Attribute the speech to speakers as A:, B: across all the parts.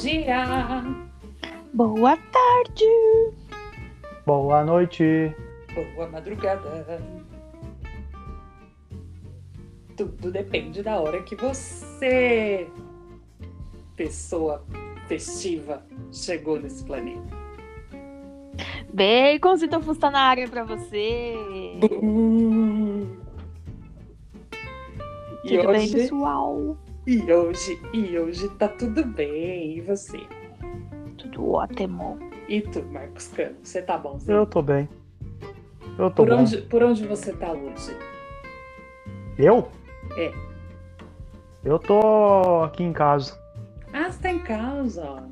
A: dia.
B: Boa tarde.
C: Boa noite.
A: Boa madrugada. Tudo depende da hora que você, pessoa festiva, chegou nesse planeta.
B: Bacon, se tu fusta na área pra você.
C: Hum.
A: E
B: Tudo bem,
A: hoje,
B: pessoal?
A: e hoje, e hoje tá tudo bem. E você?
B: Tudo ótimo.
A: E tu, Marcos Cano? Você tá bonzinho?
C: Eu tô bem. Eu tô
A: Por
C: bom.
A: onde, por onde você tá hoje?
C: Eu?
A: É.
C: Eu tô aqui em casa.
A: Ah, você tá em casa.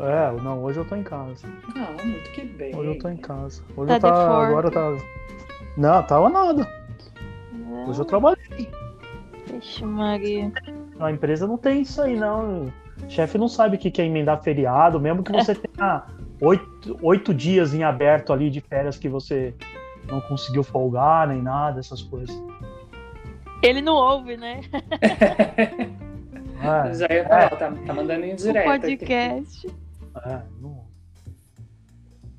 C: É, não, hoje eu tô em casa.
A: Ah, muito que bem.
C: Hoje eu tô em casa. Hoje
B: Tá
C: eu tá.
B: de folga.
C: Agora tá. Não, tava nada. Hoje eu trabalhei.
B: Vixe, Maria.
C: Na empresa não tem isso aí, não. O chefe não sabe o que que é emendar feriado, mesmo que você tenha oito, oito dias em aberto ali de férias que você não conseguiu folgar nem nada, essas coisas.
B: Ele não ouve, né?
C: É,
A: Já ia falar, tá, tá mandando
B: O
A: indireta. aqui.
B: podcast.
C: é, não.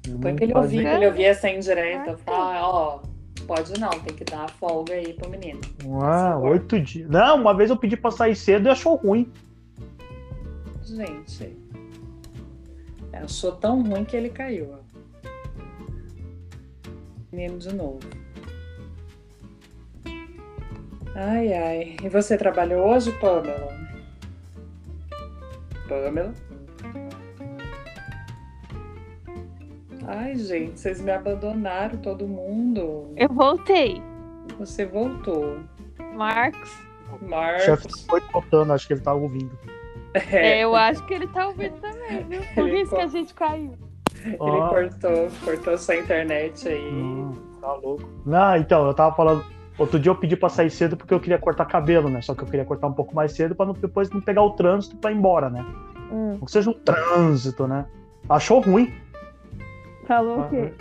A: Põe
C: não
A: pra ele
C: faz
A: ouvir, né?
C: nem-
A: pra ele ouvir essa indireta.
B: Ah,
A: Fala, ó, pode não, tem que dar a folga aí pro menino.
C: Ah, oito dias. Não, uma vez eu pedi pra sair cedo e achou ruim.
A: Gente, achou tão ruim que ele caiu, ó. Menino de novo. Ai, ai. E você trabalhou hoje, Pamela? Pamela? Ai, gente, vocês me abandonaram, todo mundo.
B: Eu voltei.
A: Você voltou.
B: Marcos,
C: O
A: Marcos.
C: chefe foi cortando, acho que ele tava ouvindo.
A: É,
B: eu acho que ele tá ouvindo também, viu? Por
A: Ele
B: isso que a gente caiu.
A: É, ele
C: Ah.
A: cortou, cortou sua internet aí.
C: Hum, tá louco. Não, então, eu tava falando. Outro dia eu pedi pra sair cedo porque eu queria cortar cabelo, né? Só que eu queria cortar um pouco mais cedo pra não- depois não pegar o trânsito pra ir embora, né?
B: Hum,
C: Não que seja um trânsito, né? Achou ruim.
B: Falou
C: Uhum.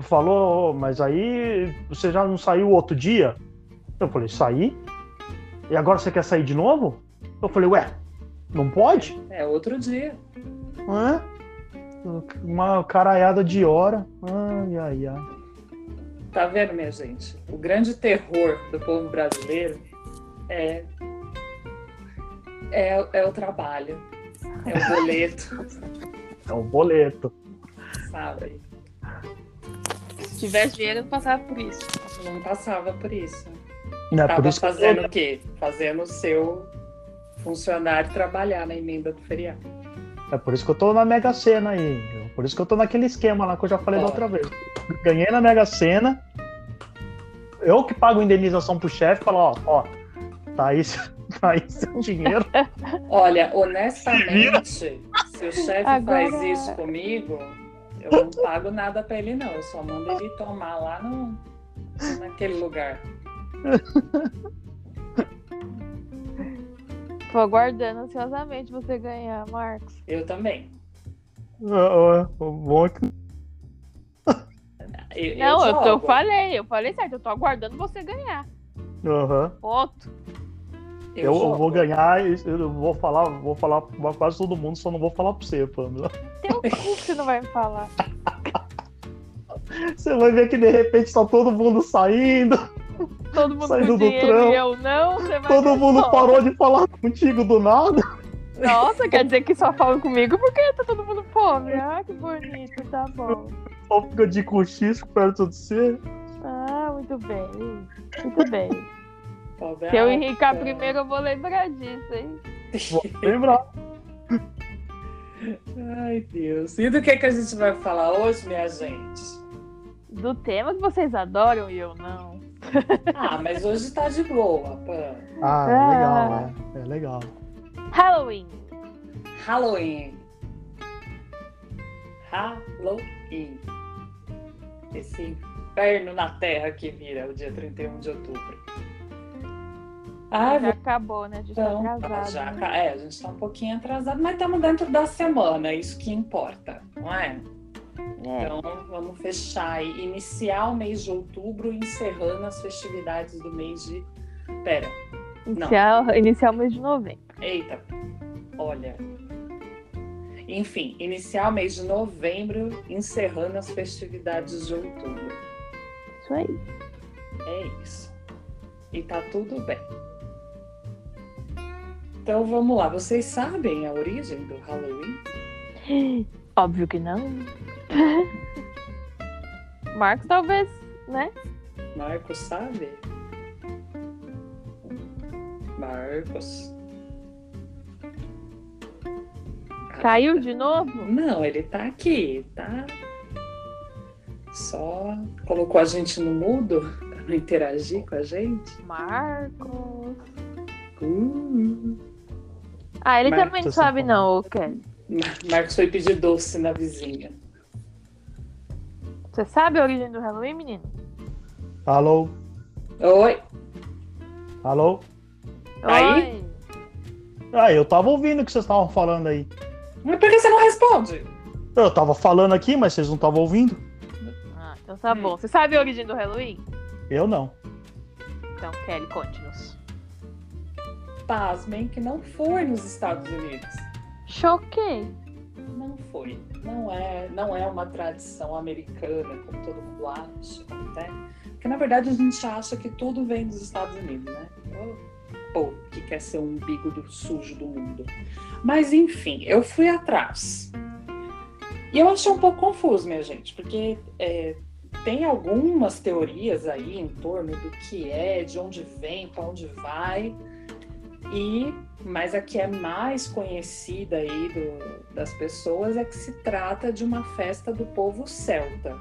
C: Falou, mas aí você já não saiu outro dia? Eu falei, saí? E agora você quer sair de novo? Eu falei, ué, não pode?
A: É outro dia.
C: Hã? Uma caraiada de hora. Ai, ai, ai.
A: Tá vendo, minha gente? O grande terror do povo brasileiro é, é, é o trabalho, é o boleto,
C: É um boleto.
A: sabe?
B: Se tivesse dinheiro, eu passava por isso.
A: Eu não passava por isso.
C: Não, é por
A: Tava
C: isso que eu-
A: fazendo o quê? Fazendo o seu funcionário trabalhar na emenda do feriado.
C: É por isso que eu tô na Mega Sena aí. meu. Por isso que eu tô naquele esquema lá que eu já falei da
A: Ó.
C: outra vez. Ganhei na Mega Sena. Eu que pago indenização pro chefe, falo, ó, ó, tá aí, seu- tá aí seu dinheiro.
A: Olha, honestamente, se o chefe
B: Agora-
A: faz
C: é.
A: isso comigo, eu não pago nada pra ele, não. Eu só mando ele tomar lá no, naquele lugar.
B: Tô aguardando ansiosamente você ganhar, Marcos.
A: Eu também.
C: Ah, ah, bom que-
A: Eu,
B: não, eu, tô- eu
A: jogo.
B: falei, eu falei certo, eu tô aguardando você ganhar.
C: Aham.
B: Ponto.
C: Eu, eu
A: jogo.
C: vou ganhar, e eu vou falar, vou falar pra quase todo mundo, só não vou falar pra você, Pamela.
B: Teu cu que você não vai me falar.
C: Você vai ver que de repente tá todo mundo saindo,
B: Todo mundo
C: Saindo
B: com
C: do
B: dinheiro
C: trampo.
B: e eu não, você vai
C: todo
B: ver
C: mundo
B: é só.
C: parou de falar contigo do nada.
B: Nossa, quer dizer que só falam comigo porque tá todo mundo pobre. Ah, que bonito, tá bom.
C: Só fica de cochicho perto de você.
B: Ah, muito bem. Muito bem.
A: Pobre
B: Se eu
A: Arthur.
B: enricar primeiro, eu vou lembrar disso, hein?
C: Vou lembrar.
A: Ai, Deus. E do que, que a gente vai falar hoje, minha gente?
B: Do tema que vocês adoram e eu não.
A: Ah, mas hoje tá de boa, Pam.
C: Ah, é
B: Ah.
C: legal, é. É legal.
B: Halloween.
A: Halloween. Halloween. Esse inferno na terra que vira o dia 31 de outubro. Ai,
B: já acabou, né? A gente tá
A: então,
B: atrasado.
A: já,
B: né?
A: ca- é, a gente tá um pouquinho atrasado, mas estamos dentro da semana, é isso que importa, não é?
B: É.
A: Então, vamos fechar aí. Iniciar o mês de outubro, encerrando as festividades do mês de. Pera, não.
B: Iniciar, iniciar o mês de novembro.
A: eita, olha. Enfim, iniciar o mês de novembro, encerrando as festividades de outubro.
B: Isso aí.
A: É isso. E tá tudo bem. Então vamos lá, vocês sabem a origem do Halloween?
B: Óbvio que não. Marcos talvez, né?
A: Marcos sabe? Marcos.
B: Caiu de novo?
A: Não, ele tá aqui, tá? Só colocou a gente no mudo pra não interagir com a gente.
B: Marcos.
A: Hum.
B: Ah, ele
A: Marcos,
B: também não
C: eu
B: sabe
C: falo.
B: não, o Kelly.
A: Mar- Marcos foi pedir doce na vizinha.
B: Você sabe a origem do Halloween, menino?
C: Alô?
A: Oi,
C: Alô?
A: Aí?
B: Oi.
C: Ah, eu tava ouvindo o que vocês estavam falando aí.
A: mas por que você não responde?
C: Eu tava falando aqui, mas vocês não estavam ouvindo?
B: Ah, então tá
D: Hum.
B: bom. Você sabe a origem do Halloween?
C: Eu não.
B: Então, Kelly, conte-nos.
A: Pasmem que não foi nos Estados Unidos.
B: Choquei.
A: Não foi. Não é, não é uma tradição americana, como todo mundo acha, né? Porque na verdade a gente acha que tudo vem dos Estados Unidos, né? Ô, Pô, que quer ser o umbigo do sujo do mundo. Mas enfim, eu fui atrás. E eu achei um pouco confuso, minha gente, porque é, tem algumas teorias aí em torno do que é, de onde vem, para onde vai. E mas a que é mais conhecida aí do- das pessoas é que se trata de uma festa do povo celta.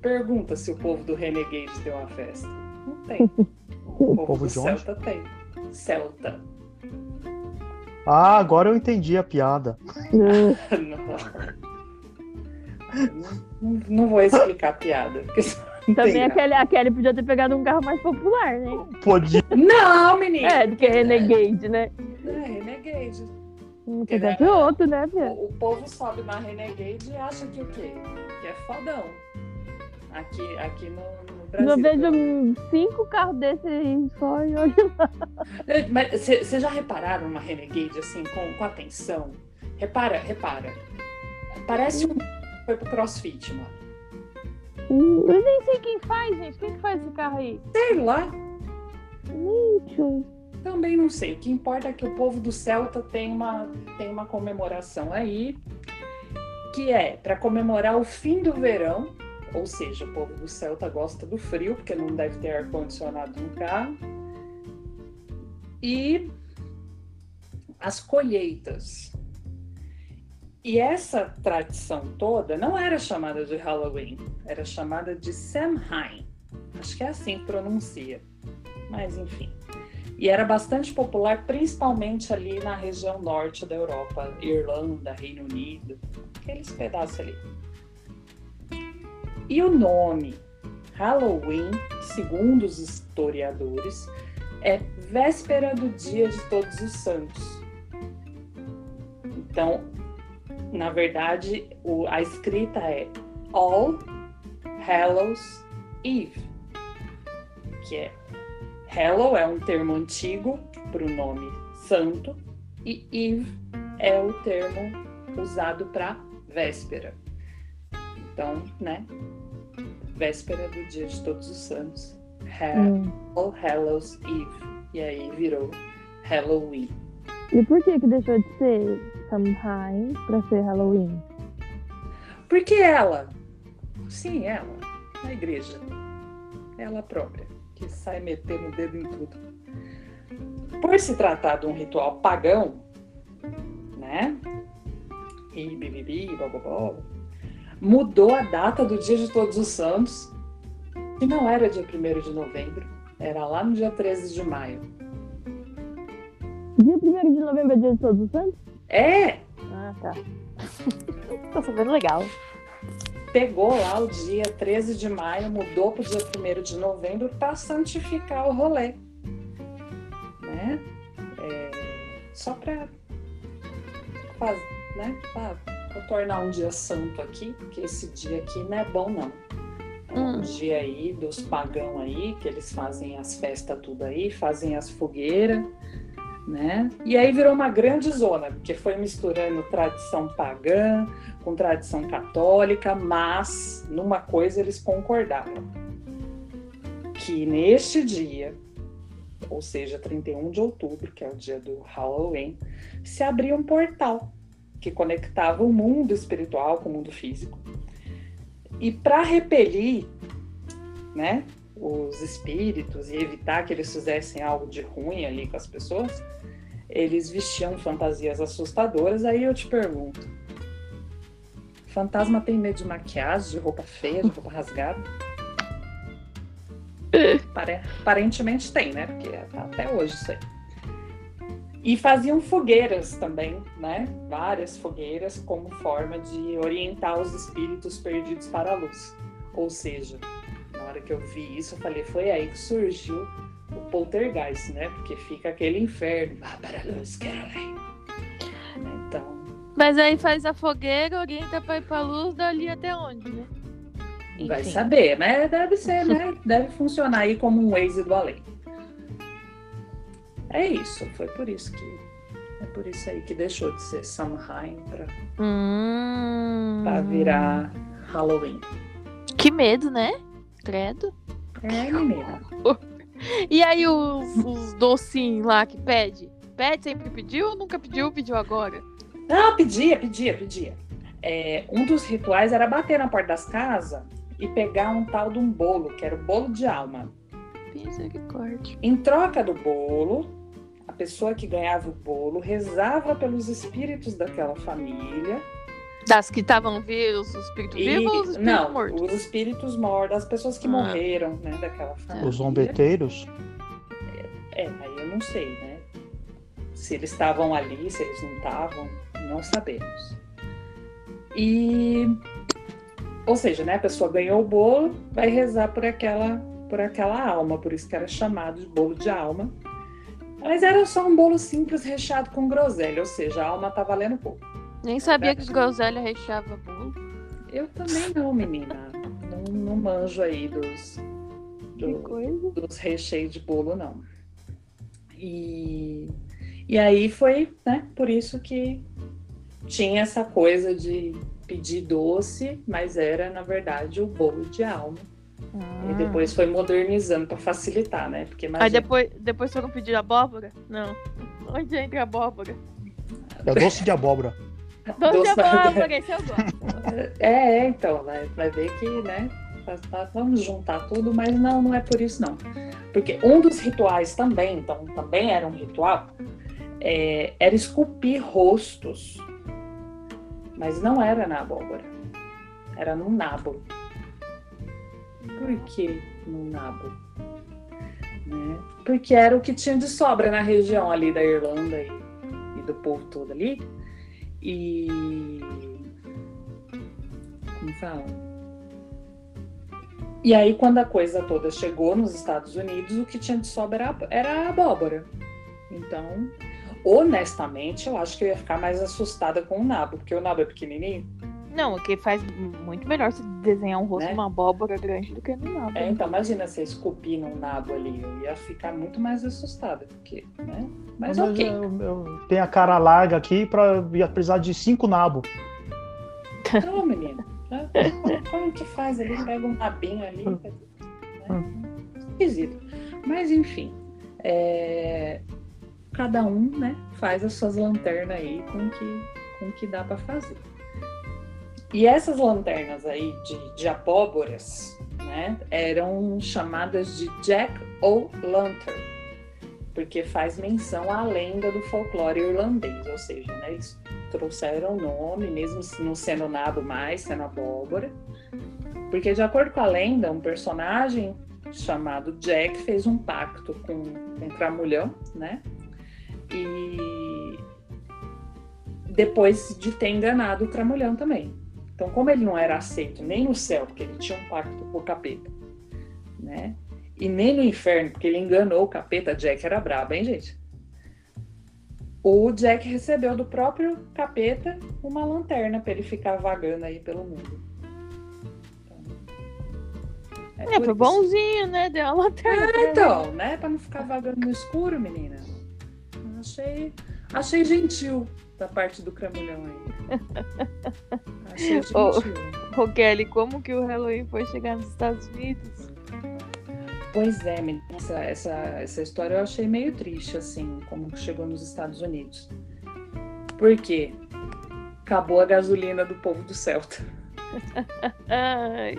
A: Pergunta se o povo do Renegade tem uma festa. Não tem. O povo,
C: povo
A: do
C: de onde?
A: celta tem. Celta.
C: Ah, agora eu entendi a piada. Não,
A: Não, não vou explicar a piada. Porque senão não tem
D: Também a
A: graça.
D: Kelly, a Kelly podia ter pegado um carro mais popular, né?
C: Podia.
A: Não, menino!
D: É, do que Renegade, né?
A: É, Renegade.
D: Não
A: Que
D: precisa
A: da-
D: de outro, né, Bia?
A: O, o povo sobe na Renegade e acha que o quê? Que é fodão. Aqui, aqui no, no Brasil.
D: Não vejo um cinco carros desses aí só e olha lá.
A: Eh, Mas vocês já repararam uma Renegade assim, com, com atenção? Repara, repara. Parece um. Foi pro crossfit, mano.
D: Hum,
B: Eu nem sei quem faz, gente. Quem que faz esse carro aí?
A: Sei lá,
D: Deixa eu
A: também não sei. O que importa é que o povo do Celta tem uma, tem uma comemoração aí, que é para comemorar o fim do verão, ou seja, o povo do Celta gosta do frio, porque não deve ter ar-condicionado no carro. E as colheitas. E essa tradição toda não era chamada de Halloween, era chamada de Samhain. Acho que é assim que pronuncia. Mas enfim. E era bastante popular, principalmente ali na região norte da Europa, Irlanda, Reino Unido, aqueles pedaços ali. E o nome Halloween, segundo os historiadores, é véspera do dia de Todos os Santos. Então, na verdade, o- a escrita é All Hallows Eve, que é Hello é um termo antigo para o nome santo e Eve é o termo usado para véspera. Então, né? Véspera do dia de Todos os Santos. Hello,
D: Hum.
A: Hallows Eve. E aí virou Halloween.
D: E por que que deixou de ser Samhain pra ser Halloween?
A: Porque ela, sim, ela, na igreja, ela própria, que sai metendo o dedo em tudo. Por se tratar de um ritual pagão, né? E bibibi, bobobó, mudou a data do dia de Todos os Santos, que não era dia 1 de novembro, era lá no dia 13 de maio.
D: Dia 1 de novembro é dia de todos os santos?
A: É,
D: Ah, tá. Tô sabendo legal.
A: pegou lá o dia 13 de maio, mudou para o dia 1 de novembro para santificar o rolê. Né? É, só para né? pra tornar um dia santo aqui, porque esse dia aqui não é bom não. É Um
B: Hum.
A: dia aí dos pagãos aí, que eles fazem as festas tudo aí, fazem as fogueiras, né? E aí virou uma grande zona, porque foi misturando tradição pagã com tradição católica, mas numa coisa eles concordaram, que neste dia, ou seja, 31 de outubro, que é o dia do Halloween, se abria um portal que conectava o mundo espiritual com o mundo físico. E para repelir, né, os espíritos e evitar que eles fizessem algo de ruim ali com as pessoas, eles vestiam fantasias assustadoras. Aí eu te pergunto: fantasma tem medo de maquiagem, de roupa feia, de roupa rasgada? Pare- Aparentemente tem, né? Porque tá até hoje isso aí. E faziam fogueiras também, né? Várias fogueiras como forma de orientar os espíritos perdidos para a luz. Ou seja, na hora que eu vi isso, eu falei, foi aí que surgiu o poltergeist, né? Porque fica aquele inferno. Vá para a luz, Caroline. Então,
B: Mas aí faz a fogueira, orienta pra ir pra luz, dali até onde, né?
A: vai
B: Enfim.
A: saber, né? Deve ser, né? Deve funcionar aí como um Waze do além. É isso, foi por isso que. É por isso aí que deixou de ser Samhain pra,
B: Hum.
A: pra virar Halloween.
B: Que medo, né? Credo.
A: É, menina.
B: E aí os, os docinhos lá que pede? Pede, sempre pediu ou nunca pediu? Pediu agora?
A: Ah, pedia, pedia, pedia. É, um dos rituais era bater na porta das casas e pegar um tal de um bolo, que era o bolo de alma.
B: Misericórdia.
A: Em troca do bolo, a pessoa que ganhava o bolo rezava pelos espíritos daquela família.
B: Das que estavam vivos, os espíritos vivos ou os espíritos
A: não,
B: mortos?
A: os espíritos mortos, as pessoas que
B: Ah. Tá.
A: morreram, né, daquela família.
C: Os zombeteiros?
A: É, aí eu não sei, né? Se eles estavam ali, se eles não estavam, não sabemos. E. Ou seja, né, a pessoa ganhou o bolo, vai rezar por aquela, por aquela alma, por isso que era chamado de bolo de alma. Mas era só um bolo simples recheado com groselha, ou seja, a alma tá valendo pouco.
B: Nem sabia que groselha recheava bolo.
A: Eu também não, menina. Não, não manjo aí dos,
D: Que
A: do-
D: coisa.
A: dos recheios de bolo, não. E, e aí foi, né, por isso que tinha essa coisa de pedir doce, mas era, na verdade, o bolo de alma.
D: Ah.
A: E depois foi modernizando para facilitar, né? Porque imagina,
B: Aí depois, depois foram pedir abóbora? Não. Onde entra abóbora?
C: É doce de abóbora.
B: Doce de
A: Doce da-
B: abóbora, esse eu gosto.
A: É, é, então, né? vai ver que, né? tá- tá- Vamos juntar tudo, mas não, não é por isso, não. Porque um dos rituais também, então também era um ritual, é, era esculpir rostos. Mas não era na abóbora. Era no nabo. Por que no nabo? Né? Porque era o que tinha de sobra na região ali da Irlanda e- e do povo todo ali. E como fala? E aí, quando a coisa toda chegou nos Estados Unidos, o que tinha de sobra era, era a abóbora. Então, honestamente, eu acho que eu ia ficar mais assustada com o nabo, porque o nabo é pequenininho.
B: Não, o que faz muito melhor se desenhar um rosto
A: Né?
B: numa abóbora grande do que no nada.
A: É, então, imagina você esculpir num nabo ali. Eu ia ficar muito mais assustada, porque, né? Mas ok.
C: eu, eu tenho a cara larga aqui pra ia precisar de cinco nabos.
A: Não, menina. né? Como que faz ali? Pega um rabinho ali. né? Esquisito. Mas, enfim. é, Cada um, né? Faz as suas lanternas aí com o que, com o que dá para fazer. E essas lanternas aí de, de abóboras, né? Eram chamadas de Jack o Lantern. Porque faz menção à lenda do folclore irlandês, ou seja, né, eles trouxeram o nome, mesmo se não sendo nabo mais, sendo abóbora. Porque, de acordo com a lenda, um personagem chamado Jack fez um pacto com com um cramulhão, né? E depois de ter enganado o cramulhão também. Então, como ele não era aceito nem no céu, porque ele tinha um pacto com o capeta, né? E nem no inferno, porque ele enganou o capeta, Jack era brabo, hein, gente? O Jack recebeu do próprio capeta uma lanterna para ele ficar vagando aí pelo mundo. Então,
B: É,
A: por
B: foi
A: isso.
B: bonzinho, né? Deu uma lanterna.
A: Então, né? Pra não ficar vagando no escuro, menina. Achei, achei gentil da parte do Cramulhão aí. Achei gentil.
B: Ô. Ô, Kelly, como que o Halloween foi chegar nos Estados Unidos?
A: Pois é, menina, essa, essa, essa história eu achei meio triste, assim, como que chegou nos Estados Unidos. Por quê? Acabou a gasolina do povo do Celta.
B: Ai,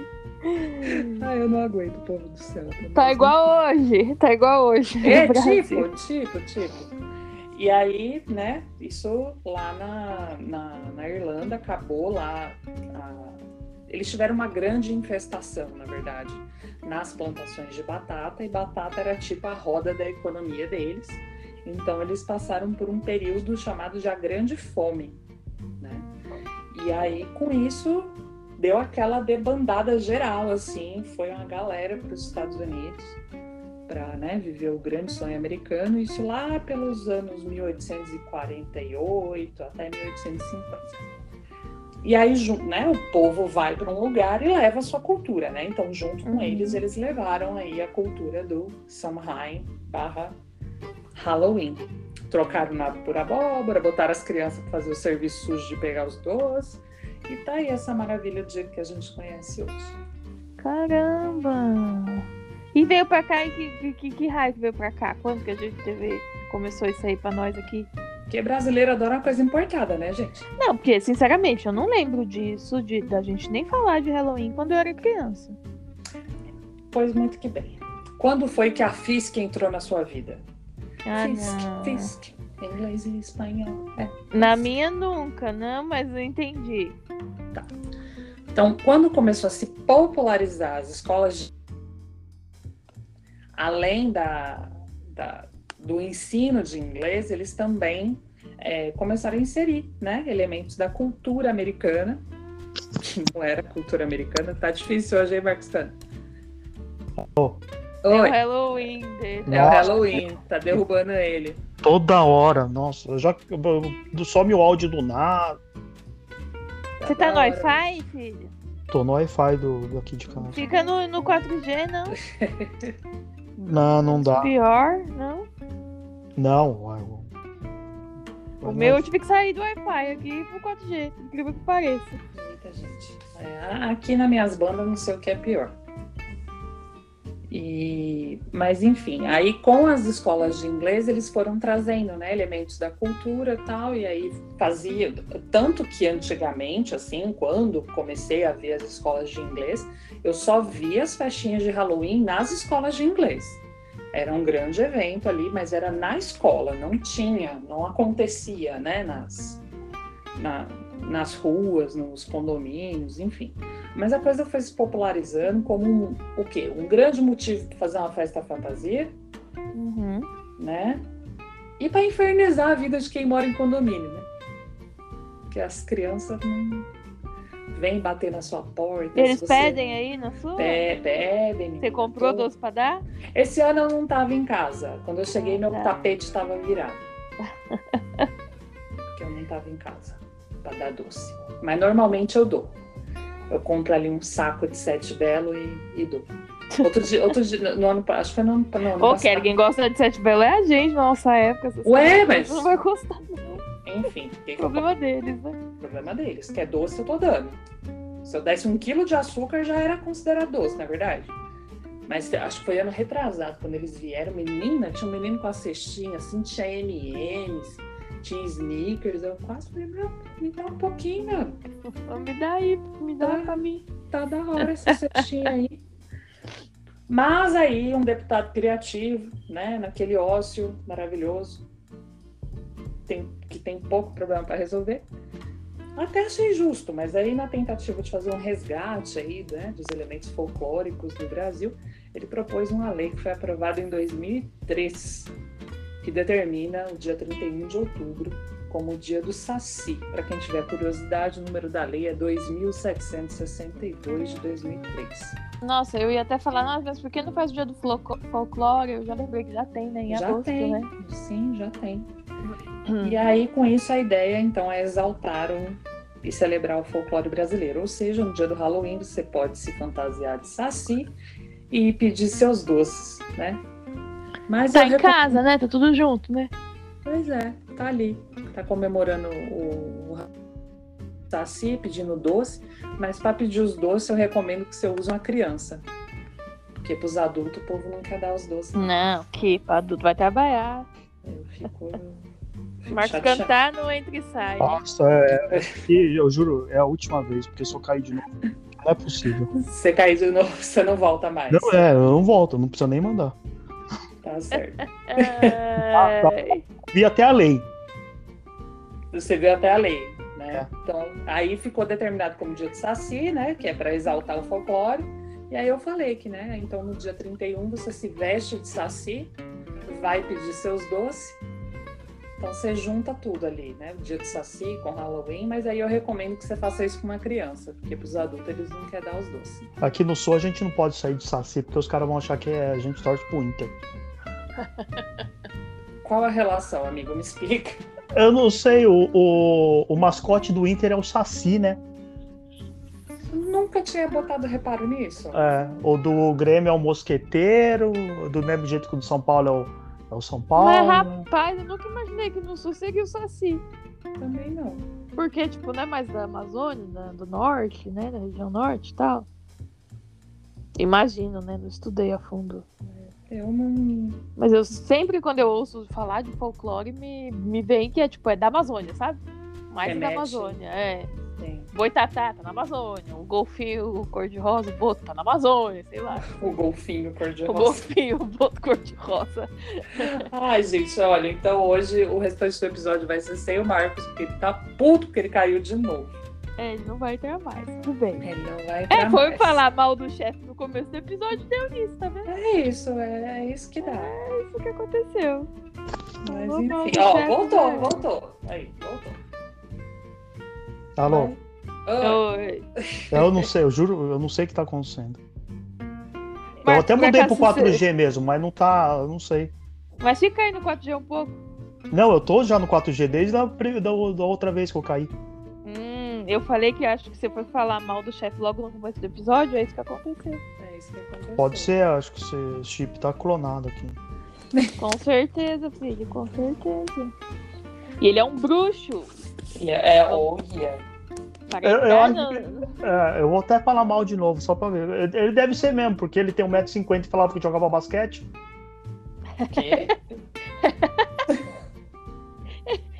A: Ah, eu não aguento o povo do Celta.
B: tá
A: mas-
B: igual hoje, tá igual hoje.
A: É,
B: No Brasil.
A: tipo, tipo, tipo. E aí, né, isso lá na, na, na Irlanda acabou lá. a- Eles tiveram uma grande infestação, na verdade, nas plantações de batata, e batata era tipo a roda da economia deles. Então eles passaram por um período chamado de a grande fome, né? E aí, com isso, deu aquela debandada geral, assim, foi uma galera para os Estados Unidos para né, viver o grande sonho americano, isso lá pelos anos 1848 até 1850. E aí ju- né, o povo vai para um lugar e leva a sua cultura, né? Então, junto com
D: Uhum.
A: eles, eles levaram aí a cultura do Samhain barra Halloween. Trocaram nada por abóbora, botaram as crianças para fazer o serviço sujo de pegar os doces. E tá aí essa maravilha do jeito que a gente conhece hoje.
D: Caramba!
B: E veio pra cá e que, que, que, que raio que veio pra cá? Quando que a gente teve, começou isso aí pra nós aqui?
A: Porque brasileiro adora uma coisa importada, né, gente?
B: Não, porque, sinceramente, eu não lembro disso, de, da gente nem falar de Halloween quando eu era criança.
A: Pois muito que bem. Quando foi que a FISC entrou na sua vida? FISC,
B: Ah, não.
A: FISC, inglês e espanhol. É.
B: Na minha nunca, não, mas eu entendi.
A: Então, quando começou a se popularizar as escolas, de... além da, da- do ensino de inglês, eles também eh, começaram a inserir né, elementos da cultura americana, que não era cultura americana, tá difícil hoje, hein, Marcos Tanto?
B: É o
A: Oi,
B: Halloween
A: é
B: dele.
A: o
C: Nossa.
A: Halloween, tá derrubando ele.
C: Toda hora, nossa. Eu já eu- eu- some o áudio do nada.
B: Você tá no
A: da hora.
B: Wi-Fi, filho?
C: Tô no Wi-Fi do, do aqui de casa.
B: Fica no, no 4G, não?
C: Não, não dá.
B: Pior, não?
C: Não. ai, o-
B: O meu eu tive que sair do Wi-Fi aqui pro 4G, por incrível que pareça.
A: Muita gente. É, aqui na minhas bandas não sei o que é pior. E, mas enfim, aí com as escolas de inglês eles foram trazendo né, elementos da cultura e tal, e aí fazia. Tanto que antigamente, assim, quando comecei a ver as escolas de inglês, eu só via as festinhas de Halloween nas escolas de inglês. Era um grande evento ali, mas era na escola, não tinha, não acontecia né, nas, na- nas ruas, nos condomínios, enfim. Mas a coisa foi se popularizando como um, o quê? Um grande motivo para fazer uma festa fantasia,
B: Uhum.
A: né? E para infernizar a vida de quem mora em condomínio, né? Porque as crianças não vêm bater na sua porta.
B: Eles
A: se você-
B: pedem aí na sua?
A: Pe- pedem.
B: Você comprou
A: Tô-
B: doce pra dar?
A: Esse ano eu não estava em casa. Quando eu cheguei, meu
B: Ah, tá.
A: tapete estava virado. Porque eu não estava em casa para dar doce. Mas normalmente eu dou. Eu compro ali um saco de sete belo e, e dou. Outro dia, outro dia no ano, pa- acho que foi no ano, no ano
B: Ô,
A: passado.
B: Kelly, quem gosta de Sete Belo é a gente na nossa época. essas
A: Ué,
B: coisas
A: mas-
B: Não vai gostar,
A: Enfim, o que
B: o
A: que eu posso-
B: problema deles, né?
A: problema deles. Que é doce, eu tô dando. Se eu desse um quilo de açúcar, já era considerado doce, na verdade. Mas acho que foi ano retrasado, quando eles vieram. Menina, tinha um menino com a cestinha, assim, tinha M&M's, tinha Snickers. Eu quase falei, meu, me dá um pouquinho, meu.
B: Me dá aí, me dá pra mim.
A: Tá da hora essa cestinha aí. Mas aí, um deputado criativo, né, naquele ócio maravilhoso, tem- que tem pouco problema para resolver, até achei justo, mas aí na tentativa de fazer um resgate aí, né, dos elementos folclóricos do Brasil, ele propôs uma lei que foi aprovada em 2003, que determina o dia 31 de outubro como o dia do Saci. Para quem tiver curiosidade, o número da lei é 2762 de 2003.
B: Nossa, eu ia até falar, nossa, mas por que não faz o dia do floco- folclore? Eu já lembrei que já tem, né? Em
A: já
B: agosto,
A: tem,
B: né?
A: sim, já tem.
B: Hum.
A: E aí, com isso, a ideia, então, é exaltar o- e celebrar o folclore brasileiro. Ou seja, no dia do Halloween, você pode se fantasiar de saci e pedir seus doces, né? Mas
B: Tá
A: eu
B: em
A: recom-
B: casa, né? Tá tudo junto, né?
A: Pois é, tá ali. Tá comemorando o, o Saci, pedindo doce. Mas para pedir os doces, eu recomendo que você use uma criança. Porque pros adultos, o povo não quer dar os doces.
B: Não, que pra adulto vai trabalhar.
A: Eu fico. fico
B: Marcos
A: chateada.
B: cantar não entra e sai.
C: Nossa, é. E eu juro, é a última vez, porque se eu cair de novo, não é possível.
A: Você cair de novo, você não volta mais.
C: Não é, eu não volto, não precisa nem mandar.
A: Tá certo.
B: Ai,
C: Vi até a lei.
A: Você viu até a lei, né?
C: É.
A: Então, aí ficou determinado como dia do Saci, né? Que é para exaltar o folclore. E aí eu falei que, né? Então, no dia 31, você se veste de Saci, vai pedir seus doces. Então, você junta tudo ali, né? O dia do Saci com Halloween. Mas aí eu recomendo que você faça isso com uma criança, porque pros adultos eles não querem dar os doces.
C: Aqui no sul a gente não pode sair de Saci, porque os caras vão achar que é- a gente torce pro Inter.
A: Qual a relação, amigo? Me explica.
C: Eu não sei, o, o, o mascote do Inter é o Saci, né?
A: Nunca tinha botado reparo nisso.
C: É, o do Grêmio é o Mosqueteiro, do mesmo jeito que o do São Paulo é o, é o São Paulo.
B: Mas
C: né?
B: rapaz, eu nunca imaginei que no sul seria o Saci.
A: Também não.
B: Porque, tipo, não é mais da Amazônia, da- do norte, né? Da região norte e tal. Imagino, né? Não estudei a fundo.
A: Eu não.
B: Mas eu sempre, quando eu ouço falar de folclore, me, me vem que é, tipo, é da Amazônia, sabe? Mais da
A: Remete.
B: Amazônia, é.
A: Sim.
B: Boitatá tá na Amazônia, o golfinho o cor-de-rosa, o boto tá na Amazônia, sei lá.
A: O golfinho cor-de-rosa.
B: O golfinho, o boto cor-de-rosa.
A: Ai, gente, olha, então hoje o restante do episódio vai ser sem o Marcos, porque ele tá puto porque ele caiu de novo.
B: É, ele não vai ter mais, tudo bem.
A: Ele não vai
B: É,
A: pra
B: foi
A: mais.
B: falar mal do chefe no começo do episódio, deu nisso, tá vendo?
A: É isso, é, é isso que dá.
B: É isso que aconteceu.
A: Mas
B: Falou mal do
A: enfim. Ó,
B: chefe,
A: voltou,
B: né?
A: voltou. Aí, voltou.
C: Alô,
A: Ah,
B: Oi.
C: Tá eu não sei, eu juro, eu não sei o que tá acontecendo. eu
B: Marcos,
C: até
B: por
C: mudei pro
B: acaso,
C: 4G
B: você-
C: mesmo, mas não tá, eu não
B: é
C: sei.
B: assim, Mas fica aí no 4G um pouco.
C: Não, eu tô já no 4G desde a, pri- da, da outra vez que eu caí.
B: Hum, eu falei que acho que você foi falar mal do chefe logo no começo do episódio, é isso que aconteceu.
A: é isso que aconteceu.
C: Pode ser, acho que esse chip tá clonado aqui.
B: Com certeza, filho, com certeza. E ele é um bruxo.
A: É, é ou guia.
B: Parece
C: Eu- eu
B: que tá
C: acho
B: andando.
C: É, eu vou até falar mal de novo, só pra ver. Ele- Ele deve ser mesmo, porque ele tem 1,50m e falava que jogava basquete.
A: O quê?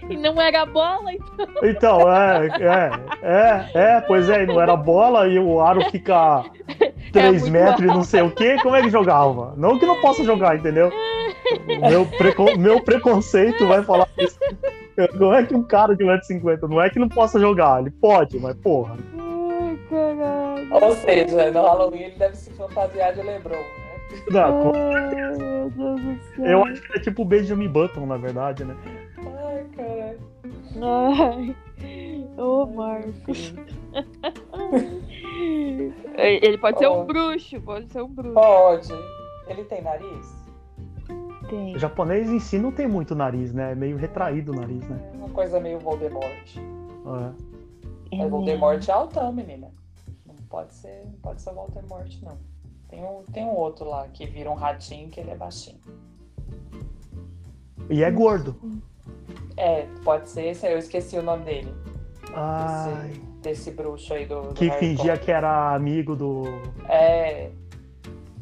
B: E não era bola, então.
C: Então, é, é, é, é, pois é, e não era bola e o aro fica 3
B: É muito
C: metros e não sei o quê, como é que jogava? Não que não possa jogar, entendeu? Meu, precon- meu preconceito vai falar isso. Não é que um cara de 1,50m, não é que não possa jogar, ele pode, mas porra.
B: Ai, caralho.
A: ou seja, é no Halloween ele deve se fantasiar de Lebron, né?
C: Não,
B: Ai, meu Deus do céu.
C: eu acho que é tipo o Benjamin Button, na verdade, né?
A: Ai, caralho.
B: Ai. Ô, Marcos. Ele pode ser
A: Oh.
B: um bruxo, pode ser um bruxo.
A: Pode. Ele tem nariz?
B: Tem.
C: O japonês em si não tem muito nariz, né? É meio retraído o nariz, né?
A: É Uma coisa meio Voldemort.
C: É.
A: Mas Voldemort é
B: Hum.
A: altão, menina. Não pode ser, não pode ser Voldemort, não. Tem um, tem um outro lá que vira um ratinho que ele é baixinho.
C: E é
B: Hum.
C: gordo.
A: É, pode ser esse aí, eu esqueci o nome dele.
C: Ai,
A: Desse bruxo aí do. do
C: que
A: Harry
C: fingia
A: Potter.
C: que era amigo do.
A: É,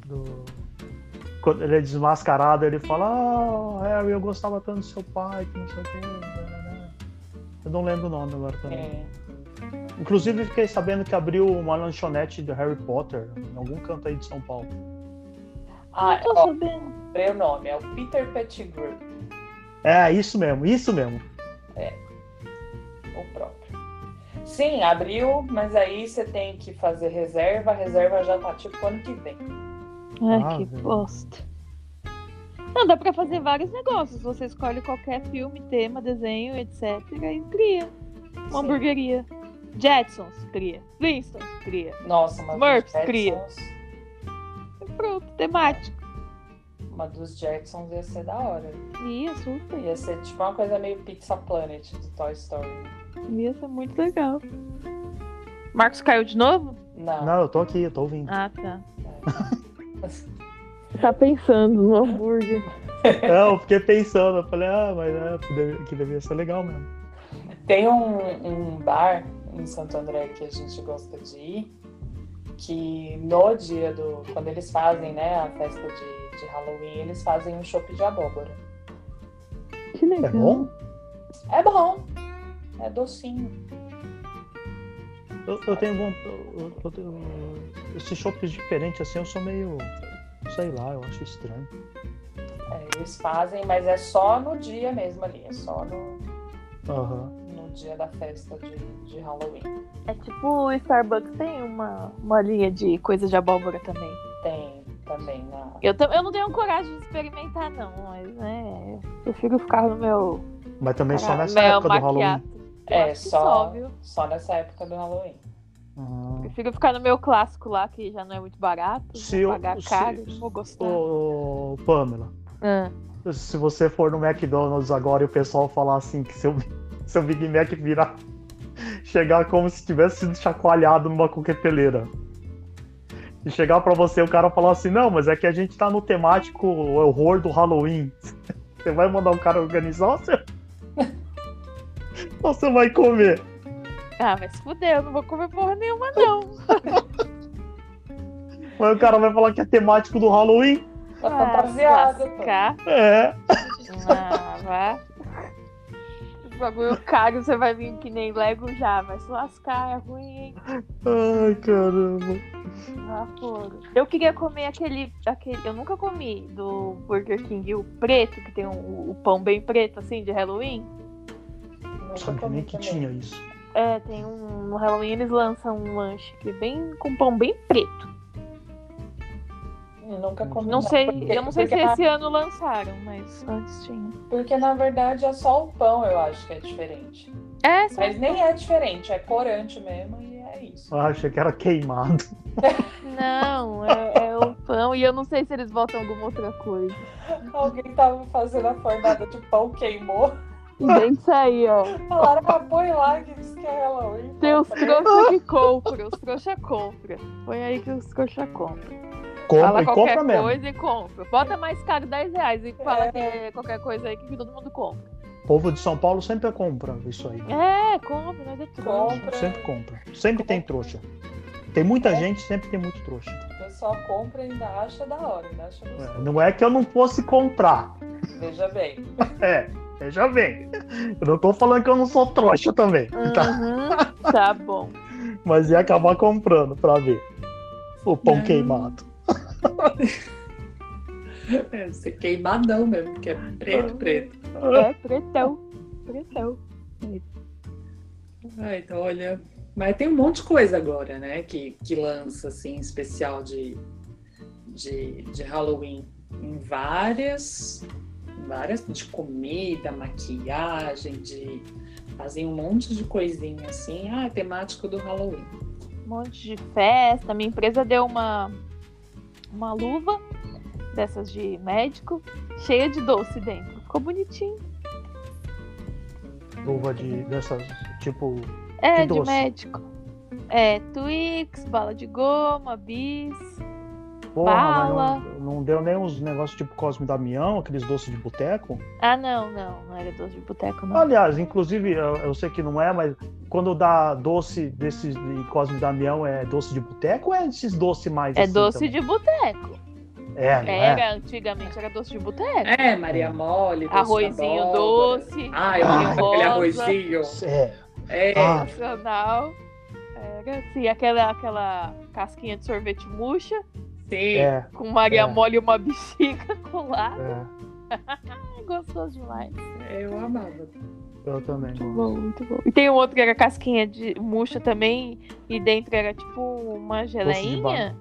C: do- Quando ele é desmascarado, ele fala: Ah, Harry, eu gostava tanto do seu pai, que não sei o quê. né, Eu não lembro o nome agora também.
A: é.
C: Inclusive, fiquei sabendo que abriu uma lanchonete do Harry Potter em algum canto aí de São Paulo.
A: Ah,
B: Não tô
A: ó,
B: sabendo.
A: lembrei o nome, é o Peter Pettigrew,
C: É, isso mesmo, isso mesmo.
A: o próprio. Sim, abriu, mas aí você tem que fazer reserva, a reserva já tá tipo ano que vem.
B: Ai,
C: Ah,
B: que
C: velho.
B: bosta. Não, dá pra fazer vários negócios. Você escolhe qualquer filme, tema, desenho, etc. E cria. Uma
A: Sim.
B: hamburgueria. Jetsons, cria. Flintstones, cria.
A: Nossa, mas
B: Smurfs,
A: os
B: cria.
A: Jetsons-
B: E pronto, temático.
A: Uma dos Jacksons ia ser da hora.
B: Ia, super.
A: Ia ser tipo uma coisa meio Pizza Planet do Toy Story.
B: Ia ser tá muito legal. Marcos caiu de novo?
A: Não.
C: Não, eu tô aqui, eu tô ouvindo.
B: Ah, tá.
D: Tá pensando no hambúrguer.
C: É, eu fiquei pensando, eu falei, ah, mas é, que devia, que devia ser legal mesmo.
A: Tem um, um bar em Santo André que a gente gosta de ir, que no dia do. Quando eles fazem, né, a festa de, de Halloween, eles fazem um chopp de abóbora.
D: Que legal.
C: É bom?
A: É bom. É docinho.
C: Eu, eu tenho vontade. Eu, eu tenho- Esses shoppings diferentes assim, eu sou meio. Sei lá, eu acho estranho.
A: É, eles fazem, mas é só no dia mesmo ali. É só no,
C: Aham.
A: no dia da festa de, de Halloween.
B: É tipo o Starbucks tem uma, uma linha de coisa de abóbora também.
A: Tem também na.
B: Eu, tam- eu não tenho coragem de experimentar, não, mas né. eu Prefiro ficar no meu.
C: Mas também só
B: cara,
C: nessa
B: meu
C: época do Halloween.
B: macchiato. Eu
A: É,
B: acho que
A: só,
B: viu?
A: só nessa época do Halloween.
C: Ah.
B: Prefiro ficar no meu clássico lá, que já não é muito barato.
C: Se
B: vou
C: eu-
B: pagar
C: se-
B: caro, não vou gostar.
C: Ah. Ô, Pamela,
B: Ah.
C: se você for no McDonald's agora e o pessoal falar assim que seu, seu Big Mac virar. Chegar como se tivesse sido chacoalhado numa coqueteleira. E chegar pra você o cara falar assim, não, mas é que a gente tá no temático horror do Halloween. Você vai mandar o cara organizar ou você, ou você vai comer?
B: Ah, mas fudeu, não vou comer porra nenhuma,
C: Tá
B: não.
C: Mas o cara vai falar que é temático do Halloween?
A: Tá
B: Ah,
A: fantasiada, pô.
B: lascar.
C: É.
B: Ah, vá. Esse bagulho caro, você vai vir que nem Lego já, mas lascar é ruim, hein?
C: Ai, caramba.
B: Ah, fogo. Eu queria comer aquele, aquele. Eu nunca comi do Burger King, o preto, que tem um- o pão bem preto, assim, de Halloween.
A: Nunca
C: Não sabia
A: comi
C: nem que
A: também.
C: tinha isso.
B: É, tem um. No Halloween eles lançam um lanche que é bem com pão bem preto.
A: Nunca comi.
B: Não sei,
A: porque-
B: eu não sei se
A: porque na-
B: esse ano lançaram, mas antes tinha.
A: Porque na verdade é só o pão, eu acho que é diferente.
B: É, só
A: Mas nem é diferente, é corante mesmo e é isso.
C: Ah, achei que era queimado.
B: Não, é, é o pão e eu não sei se eles botam alguma outra coisa.
A: Alguém tava fazendo a fornada de pão, queimou.
B: E bem isso aí, ó.
A: Falaram pra põe lá que diz que é Halloween.
B: Tem os
A: Pô,
B: trouxa que compra, os trouxa compra. Põe aí que os trouxa compra.
C: Compra
B: fala
C: e
B: qualquer
C: compra mesmo.
B: coisa e compra. Bota mais caro 10 reais e fala
A: É.
B: que é qualquer coisa aí que todo mundo compra.
C: O povo de São Paulo sempre é comprando isso aí.
B: É, compra, nós é trouxa.
A: Compra.
C: Sempre compra. Sempre tem trouxa. Tem muita
A: É.
C: gente, sempre tem muito trouxa.
A: O pessoal compra e ainda acha da hora, ainda acha
C: É,
A: gostoso.
C: Não é que eu não fosse comprar.
A: Veja bem.
C: É, veja bem. Eu não tô falando que eu não sou trouxa também. Tá?
B: Uhum, tá bom.
C: Mas ia acabar comprando pra ver. O pão
A: Não.
C: queimado.
A: É, você queimadão mesmo, porque é preto, preto.
B: É pretão. Pretão.
A: Ah, então, olha. Mas tem um monte de coisa agora, né? Que, que lança, assim, especial de, de, de Halloween. Em várias. Várias. De comida, maquiagem, de. Fazem um monte de coisinha assim. Ah, é temático do Halloween.
B: um monte de festa. Minha empresa deu uma, uma luva dessas de médico, cheia de doce dentro. Ficou bonitinho.
C: Luva de dessas, tipo.
B: É,
C: Que
B: de
C: doce?
B: médico. É, Twix, bala de goma, bis.
C: Porra, mas
B: Bala.
C: não, não deu nem uns negócios tipo Cosme e Damião, aqueles doces de boteco.
B: Ah, não, não, não era doce de boteco, não.
C: Aliás, inclusive, eu, eu sei que não é, mas quando dá doce desses de Cosme e Damião, é doce de boteco ou é esses doces mais.
B: É
C: assim
B: doce
C: também?
B: de boteco.
C: É, não é?
B: Era, antigamente era doce de boteco.
A: É, Maria
C: Hum.
A: Mole, doce de
B: Arrozinho
A: abóbora.
B: doce,
A: Ah, eu amo aquele
B: rosa.
A: arrozinho.
C: É.
A: É.
C: Ah,
B: nacional. Era assim, aquela, aquela casquinha de sorvete murcha.
A: sim.
C: é,
B: com Maria
C: É.
B: Mole e uma bexiga colada.
C: é.
B: É gostoso demais.
A: Eu amava.
C: Eu também.
B: Muito bom, muito bom. E tem um outro que era casquinha de murcha também, e dentro era tipo uma geleinha.
C: banana.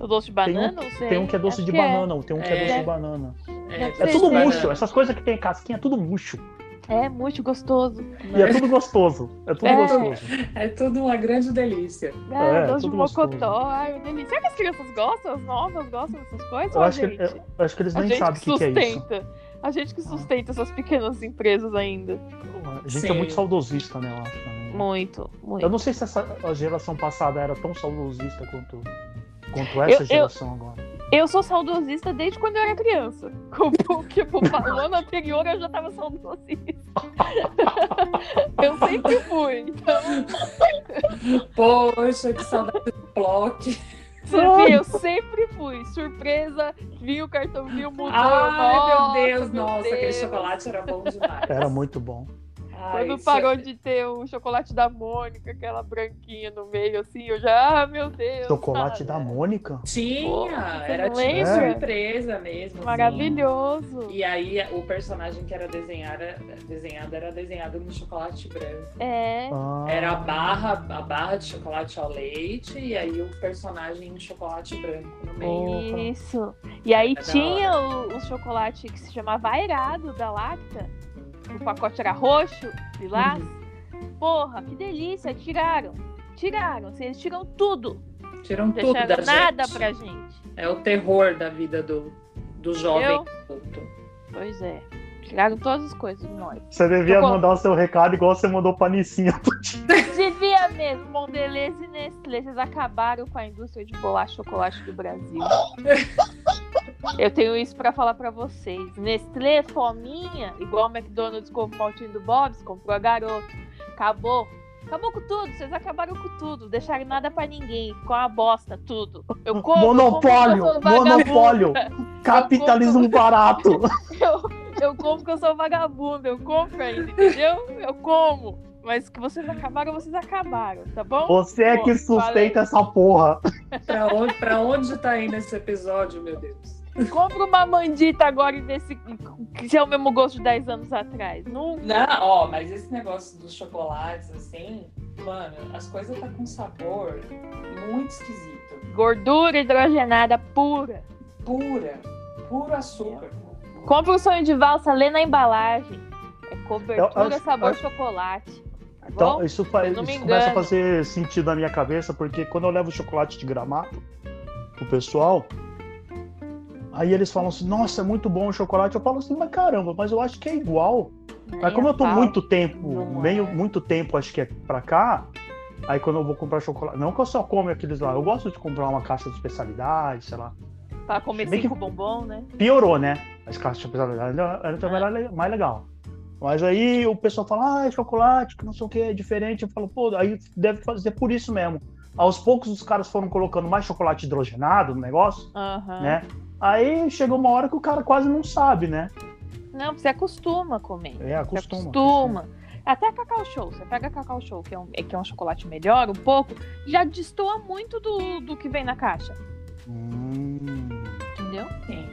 B: o doce de banana, não sei.
C: Tem um que é doce
B: Acho
C: de
B: é.
C: banana, tem um que é,
A: É.
C: doce de banana.
A: É,
C: É
B: Sei
C: tudo
B: se-
C: murcho, essas coisas que tem casquinha é tudo murcho.
B: É, muito gostoso.
C: E é tudo gostoso. É tudo
B: É.
C: gostoso.
A: É tudo uma grande delícia.
B: É,
C: É,
B: doce de
C: tudo gostoso.
B: mocotó. Ai, uma delícia. Será que as crianças gostam? As novas gostam dessas coisas?
C: Eu
B: Ó,
C: acho, que,
B: gente,
C: eu- eu acho que eles
B: a
C: nem
B: gente
C: sabem
B: que
C: o que, que é isso.
B: sustenta. A gente que sustenta essas pequenas empresas ainda.
C: A gente é
A: Sim.
C: muito saudosista, né? Eu acho. né?
B: Muito, muito.
C: Eu não sei se essa a geração passada era tão saudosista quanto, quanto
B: Eu-
C: essa
B: eu-
C: geração agora.
B: Eu sou saudosista desde quando eu era criança. Como tipo, no ano anterior eu já tava saudosista. eu sempre fui. Então,
A: Poxa, que saudade do Plock.
B: Sofia, eu sempre fui. Surpresa, vi o cartão, vi o mudou.
A: Ai, meu
B: Nossa,
A: Deus, nossa, aquele
B: Deus.
A: chocolate era bom demais.
C: Era muito bom.
A: Ai, é
B: Quando
A: se-
B: parou de ter o chocolate da Mônica, aquela branquinha no meio, assim, eu já, ah, meu Deus.
C: Chocolate
B: sabe?
C: da Mônica?
A: Tinha,
B: Porra, você
A: era
B: não
A: tipo
B: lembra?
A: surpresa mesmo. assim.
B: Maravilhoso.
A: E aí o personagem que era desenhado, desenhado era desenhado no chocolate branco.
B: É.
C: Ah,
A: Era a barra, a barra de chocolate ao leite e aí o personagem em chocolate branco no meio.
C: Opa.
B: Isso. E aí
A: da
B: tinha o, o chocolate que se chamava Airado da Lacta. O pacote era roxo, lilás.
A: Uhum.
B: Porra, que delícia. Tiraram. Tiraram. Assim, Eles tiram tudo.
A: Tiram
B: Não
A: tudo da
B: deixaram nada
A: gente.
B: pra gente.
A: É o terror da vida do, do jovem
B: Eu?
A: adulto.
B: Pois é. Tiraram todas as coisas de nós.
C: Você devia
B: Chocolate.
C: mandar o seu recado igual você mandou pra Nicinha.
B: Devia mesmo, Mondelez e Nestlé. Vocês acabaram com a indústria de bolacha e chocolate do Brasil. Eu tenho isso pra falar pra vocês. Nestlé, é fominha, igual o McDonald's com o Maltinho do Bob's, comprou a garoto. Acabou. Acabou com tudo, vocês acabaram com tudo. Deixaram nada pra ninguém. Ficou uma bosta, tudo. Eu como,
C: Monopólio!
B: eu como porque eu sou
C: Monopólio!
B: vagabunda.
C: Capitalismo barato!
B: Eu, eu como porque eu sou vagabunda, eu compro ainda, entendeu? Eu como. Mas que vocês acabaram, vocês acabaram, tá bom?
C: Você é que
B: Pô,
C: sustenta essa porra.
A: Pra onde, pra onde tá indo esse episódio, meu Deus?
B: Compra uma mandita agora e vê se, se é o mesmo gosto de 10 anos atrás. Não,
A: Não, ó, mas esse negócio dos chocolates, assim, mano, as coisas tá com um sabor muito esquisito.
B: gordura hidrogenada pura.
A: Pura, puro açúcar.
B: Compra o sonho de valsa, lê na embalagem. É cobertura,
C: Eu- eu-
B: sabor
C: eu-
B: chocolate. Tá
C: Então,
B: bom?
C: isso, faz,
B: Eu não me
C: isso começa a
B: engano.
C: fazer sentido na minha cabeça, porque quando eu levo chocolate de gramado pro pessoal, aí eles falam assim, nossa, é muito bom o chocolate. Eu falo assim, mas caramba, mas eu acho que é igual. Mas como eu tô muito tempo,
A: Não
C: meio
A: é.
C: muito tempo, acho que é pra cá, aí quando eu vou comprar chocolate, não que eu só como aqueles lá, eu gosto de comprar uma caixa de especialidade, sei lá.
B: Pra comer
C: Bem que-
B: cinco bombom, né?
C: Piorou, né? As caixas de especialidade era também era le- mais legal. Mas aí o pessoal fala, ah, é chocolate, que não sei o que, é diferente. Eu falo, pô, aí deve fazer por isso mesmo. Aos poucos os caras foram colocando mais chocolate hidrogenado no negócio,
B: Aham.
C: né? Aí chegou uma hora que o cara quase não sabe, né?
B: Não, você acostuma a comer.
C: É,
B: Você
C: acostuma.
B: acostuma. Até Cacau Show. Você pega Cacau Show, que é um, que é um chocolate melhor, um pouco, já destoa muito do, do que vem na caixa.
C: Hum,
B: Entendeu?
A: Sim.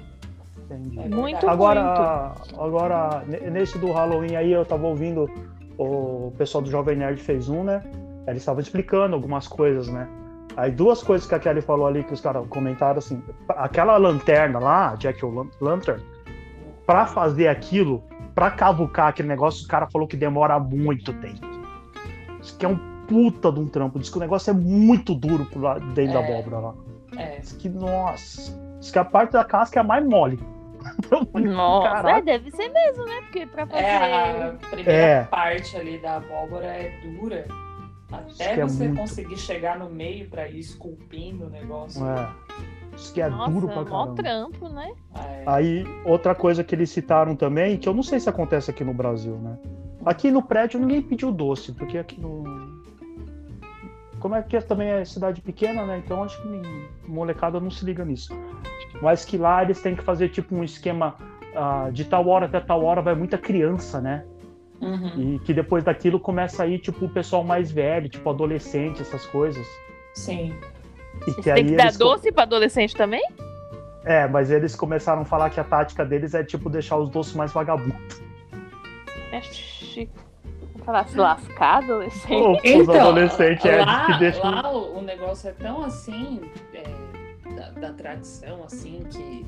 C: entendi.
A: É
B: Muito,
A: verdade.
B: muito.
C: Agora, agora, ne- nesse do Halloween aí, eu tava ouvindo o pessoal do Jovem Nerd fez um, né? Eles estavam explicando algumas coisas, né? Aí duas coisas que a Kelly falou ali que os caras comentaram assim, aquela lanterna lá, Jack o Lantern, pra fazer aquilo, pra cavucar aquele negócio, o cara falou que demora muito tempo. Isso que é um puta de um trampo, diz que o negócio é muito duro pro lado- dentro da
A: É.
C: abóbora lá.
A: É.
C: Diz que, nossa, diz que a parte da casca é a mais mole. Eu falei,
B: Nossa,
C: "Caraca."
B: é, deve ser mesmo, né? Porque pra fazer.
A: É, a primeira
C: É.
A: parte ali da abóbora é dura. Até
C: que é
A: você
C: muito.
A: conseguir chegar no meio pra ir esculpindo o negócio.
C: É. Diz que é duro pra
B: Nossa, mó
C: caramba.
B: trampo, né?
A: É.
C: Aí, outra coisa que eles citaram também, que eu não sei se acontece aqui no Brasil, né? Aqui no prédio ninguém pediu doce, porque aqui no. Como é que também é cidade pequena, né? Então acho que nem- molecada não se liga nisso. Mas que lá eles têm que fazer tipo um esquema ah, de tal hora até tal hora vai muita criança, né?
A: Uhum.
C: E que depois daquilo começa aí, tipo, o pessoal mais velho, tipo, adolescente, essas coisas.
A: Sim.
C: E que
B: Você tem que dar
C: eles co-
B: doce pra adolescente também?
C: É, mas eles começaram a falar que a tática deles é, tipo, deixar os doces mais vagabundos.
B: É chique. Vou Falar se lascar, adolescente.
C: Os adolescentes, é, diz
A: Então, lá,
C: que deixam...
A: lá o, o negócio é tão assim, é, da, da tradição, assim, que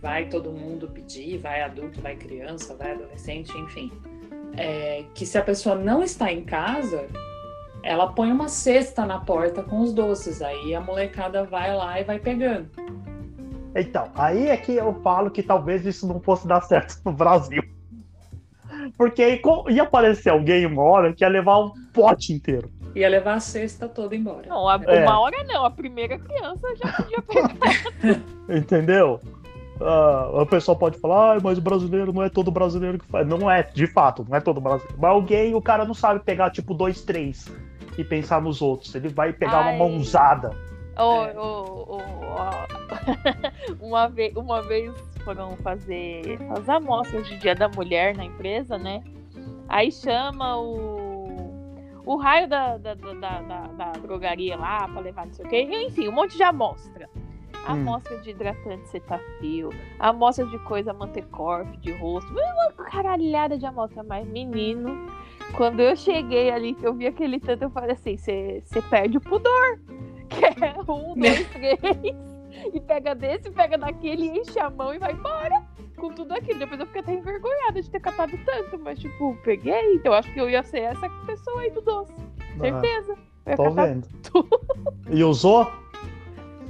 A: vai todo mundo pedir, vai adulto, vai criança, vai adolescente, enfim. É, que se a pessoa não está em casa, ela põe uma cesta na porta com os doces, aí a molecada vai lá e vai pegando.
C: Então, aí é que eu falo que talvez isso não fosse dar certo no Brasil. Porque aí co- ia aparecer alguém uma hora que ia levar um pote inteiro.
A: Ia levar a cesta toda embora.
B: Não, a-
C: É.
B: uma hora não. A primeira criança já podia pegar.
C: Entendeu? Ah, o pessoal pode falar, "Ah, mas o brasileiro não é todo brasileiro que faz. Não é, de fato, não é todo brasileiro. Mas alguém, o cara não sabe pegar tipo dois, três e pensar nos outros. Ele vai pegar
B: Ai.
C: uma mãozada.
B: Ô,
A: É.
B: ô, ô, ó. uma, vez, uma vez foram fazer as amostras de Dia da Mulher na empresa, né? Aí chama o, o raio da, da, da, da, da- da drogaria lá pra levar não sei o quê. Enfim, um monte de amostra.
C: Hum.
B: Amostra de hidratante cetafil, amostra de coisa mantecorp, de rosto, uma caralhada de amostra. Mas, menino, quando eu cheguei ali, que eu vi aquele tanto, eu falei assim: você perde o pudor. Que é um, dois, três. E pega desse, pega daquele, enche a mão e vai embora com tudo aquilo. Depois eu fiquei até envergonhada de ter catado tanto, mas tipo, peguei. Então eu acho que eu ia ser essa pessoa aí do doce. Certeza. Eu
C: Ah,
B: ia
C: tô
B: catar-
C: vendo. E usou?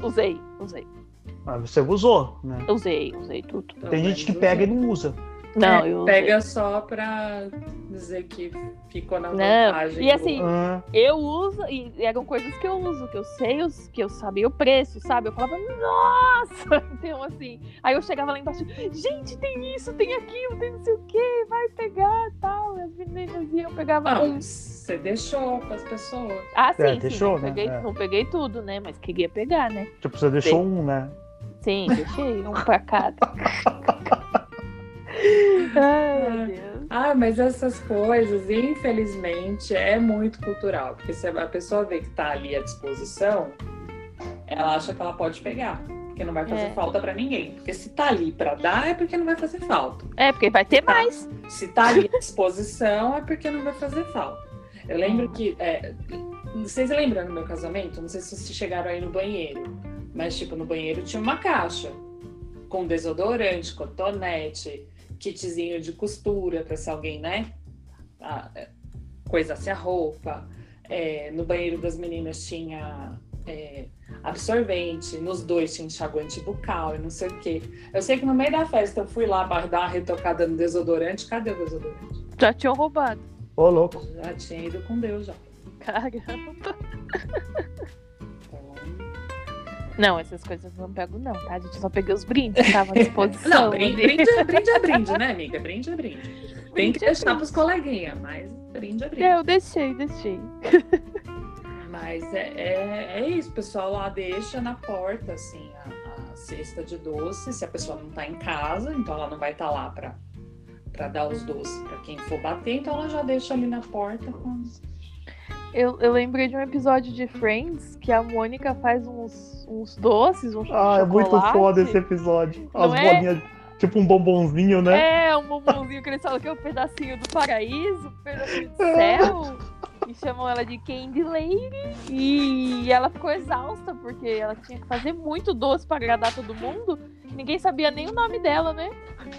B: Usei, usei,
C: Ah, você usou, né?
B: usei, usei tudo.
A: Pelo
C: Tem gente que
A: menos
C: pega e
A: eu-
C: não usa.
B: Não,
A: É,
B: eu usei.
A: pega só pra dizer que ficou na
B: Não,
A: vantagem.
B: e assim,
C: Ah,
B: Eu uso, e eram coisas que eu uso, que eu sei, os, que eu sabia o preço, sabe? Eu falava, nossa! Então, assim, aí eu chegava lá embaixo, gente, tem isso, tem aquilo, tem não sei o quê, vai pegar, tal. As meninas iam, eu pegava
A: Não,
B: um.
A: você deixou pras pessoas.
B: Ah, sim,
C: É,
B: sim,
C: deixou,
B: não,
C: né?
B: peguei,
C: É.
B: não peguei tudo, né? Mas queria pegar, né?
C: tipo, você deixou um, né?
B: Sim, deixei um pra cada. Ai, meu Deus.
A: Ah, mas essas coisas, infelizmente, é muito cultural. Porque se a pessoa vê que tá ali à disposição, ela acha que ela pode pegar. Porque não vai fazer
B: É.
A: falta pra ninguém. Porque se tá ali pra dar, é porque não vai fazer falta. tá?
B: É, porque vai ter mais.
A: Se tá ali à disposição, é porque não vai fazer falta. Eu lembro que. é, vocês lembram no meu casamento? Não sei se vocês chegaram aí no banheiro, mas, tipo, no banheiro tinha uma caixa com desodorante, cotonete, kitzinho de costura pra se alguém, né? a- é, coisasse a roupa. É, no banheiro das meninas tinha. é, absorvente, nos dois tinha enxaguante bucal e não sei o quê. Eu sei que no meio da festa eu fui lá para dar uma retocada no desodorante. Cadê o desodorante?
B: Já tinham roubado.
C: Ô, louco.
A: Já tinha ido com Deus já.
B: Caramba.
A: Então,
B: Não, essas coisas eu não pego, não, tá? gente eu só peguei os brindes que estavam à disposição.
A: Não, brin-
B: ali.
A: brinde, é brinde é brinde, né, amiga? Brinde é brinde. Tem que deixar pros coleguinhas, mas brinde é brinde.
B: É, eu deixei, deixei.
A: Mas é, é, é isso, o pessoal lá deixa na porta, assim, a, a cesta de doce. Se a pessoa não tá em casa, então ela não vai estar lá pra, pra dar os doces pra quem for bater, então ela já deixa ali na porta com.
B: Eu, eu lembrei de um episódio de Friends que a Mônica faz uns, uns doces, uns
C: Ah, é muito
B: chocolate.
C: foda esse episódio. As
B: Não é?
C: bolinhas, tipo um bombonzinho, né?
B: É, um bombonzinho que eles falam que é um pedacinho do paraíso, um pedacinho do céu. E chamam ela de Candy Lady. E ela ficou exausta, porque ela tinha que fazer muito doce pra agradar todo mundo. Ninguém sabia nem o nome dela, né?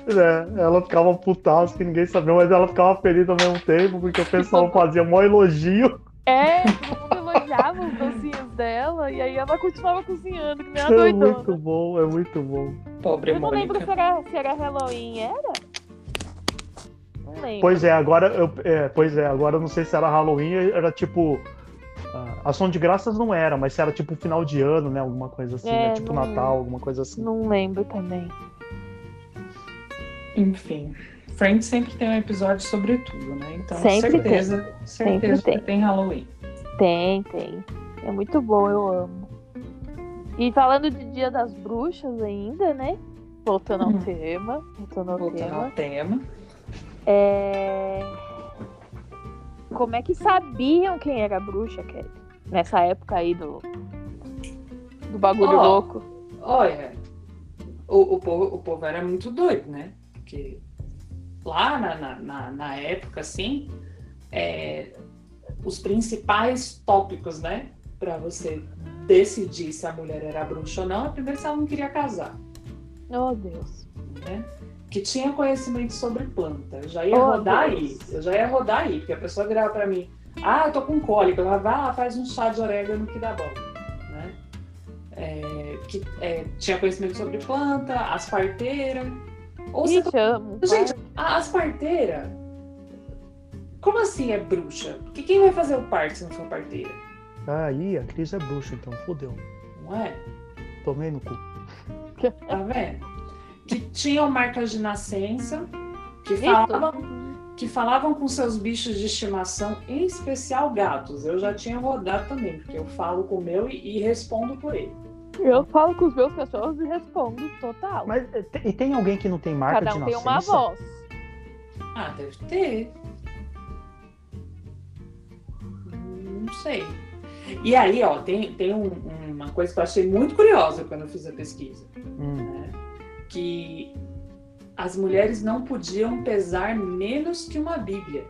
C: É, ela ficava putaça que ninguém sabia, mas ela ficava feliz ao mesmo tempo, porque o pessoal fazia mó elogio.
B: É, todo mundo elogiava os docinhos dela. E aí ela continuava cozinhando, que nem uma
C: É
B: Tá doidona.
C: muito bom, é muito bom.
A: Pobre
B: Eu não lembro
A: Mônica.
B: se era, se era Halloween, era? Não lembro.
C: Pois é, agora eu, é, pois é, agora eu não sei se era Halloween, era tipo. ah, Ação de graças não era, mas era tipo final de ano, né? Alguma coisa assim,
B: É,
C: né? Tipo
B: não-
C: Natal, alguma coisa assim.
B: Não lembro também.
A: Enfim, Friends sempre tem um episódio sobre tudo, né? Então,
B: Sempre
A: certeza, certeza
B: Sempre
A: que tem Halloween.
B: Tem, tem. É muito bom, eu amo. E falando de Dia das Bruxas ainda, né? Voltando ao
A: Hum.
B: tema. Voltando ao
A: Voltando
B: tema.
A: ao tema.
B: É... Como é que sabiam quem era a bruxa, Kelly? Nessa época aí do... Do bagulho
A: Ó.
B: louco.
A: Olha, o, o, povo, o povo era muito doido, né? Porque lá na, na, na, na época, assim, é, os principais tópicos, né? Pra você decidir se a mulher era bruxa ou não, é primeiro se ela não queria casar,
B: Meu Oh, Deus.
A: né? Que tinha conhecimento sobre planta. Eu já ia
B: Oh,
A: rodar
B: Deus.
A: aí, eu já ia rodar aí, porque a pessoa virava pra mim, ah, eu tô com cólica, ela vai lá, faz um chá de orégano que dá bom, né? que é, tinha conhecimento sobre planta, as parteiras. Ou
B: Me
A: você.
B: chamo.
A: Gente, a- as parteiras Como assim é bruxa? Porque quem vai fazer o parto se não for parteira?
C: Aí a Cris é bruxa, então fodeu.
A: Não é?
C: Tomei no cu.
A: Tá vendo? Que tinham marcas de nascença, que
B: Eita.
A: falavam, que falavam com seus bichos de estimação, em especial gatos. Eu já tinha rodado também, porque eu falo com o meu e, e respondo por ele.
B: Eu falo com os meus cachorros e respondo total.
C: Mas eh, te- e tem alguém que não tem marca
B: Cada
C: de
B: um tem
C: nascença?
B: uma voz.
A: Ah, deve ter. Não sei. E aí, ó, tem, tem um- uma coisa que eu achei muito curiosa quando eu fiz a pesquisa.
C: Hum,
A: que as mulheres não podiam pesar menos que uma Bíblia.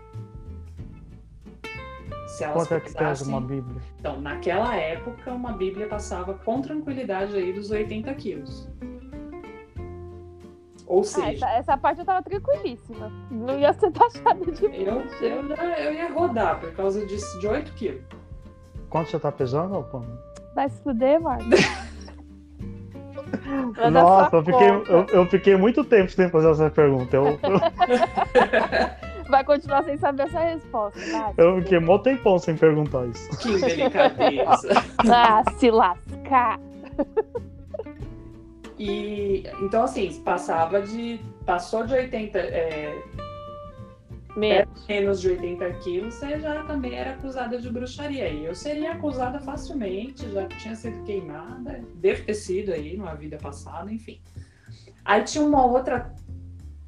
A: Se elas
C: quanto é que pesa
A: pesassem-
B: assim.
C: uma bíblia?
A: Então, naquela época, uma Bíblia passava com tranquilidade aí dos 80 quilos. Ou
B: Ah, essa,
A: seja,
B: essa parte eu tava tranquilíssima. Não ia ser taxada de
A: eu, eu, já- eu ia rodar por causa disso de 8 quilos.
C: Quanto você tá pesando, Alpano?
B: Vai se fuder, Marcos. Vai na
C: Nossa,
B: sua
C: eu fiquei,
B: conta.
C: eu, eu fiquei muito tempo sem fazer essa pergunta. Eu, eu,
B: Vai continuar sem saber essa resposta. tá? Vai.
C: eu fiquei mó tempão sem perguntar isso.
A: Que delicadeza.
B: Ah, se lascar.
A: e, então, assim, passava de. Passou de 80. é,
C: É,
B: Menos.
A: menos de 80 quilos, você já também era acusada de bruxaria. E eu seria acusada facilmente, já tinha sido queimada, deve ter sido aí numa vida passada, enfim. Aí tinha uma outra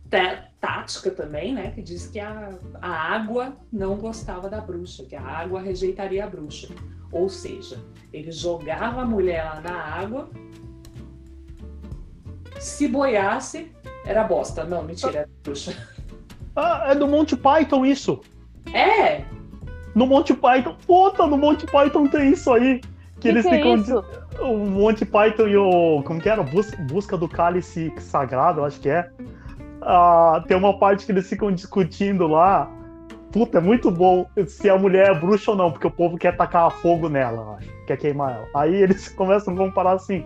A: tá- tática também, né, que diz que a, a água não gostava da bruxa, que a água rejeitaria a bruxa. Ou seja, ele jogava a mulher lá na água, se boiasse, era bosta. Não, mentira, era bruxa.
C: Ah, é do Monty Python isso!
A: É,
C: No Monty Python, puta, no Monty Python tem isso aí! Que,
B: Que
C: eles
B: que é
C: ficam.
B: isso?
C: de- O Monty Python e o. Como que era? Busca, Busca do Cálice Sagrado, eu acho que é. Ah, tem uma parte que eles ficam discutindo lá. Puta, é muito bom se a mulher é bruxa ou não, porque o povo quer tacar fogo nela, eu acho. Quer queimar ela. Aí eles começam a comparar assim.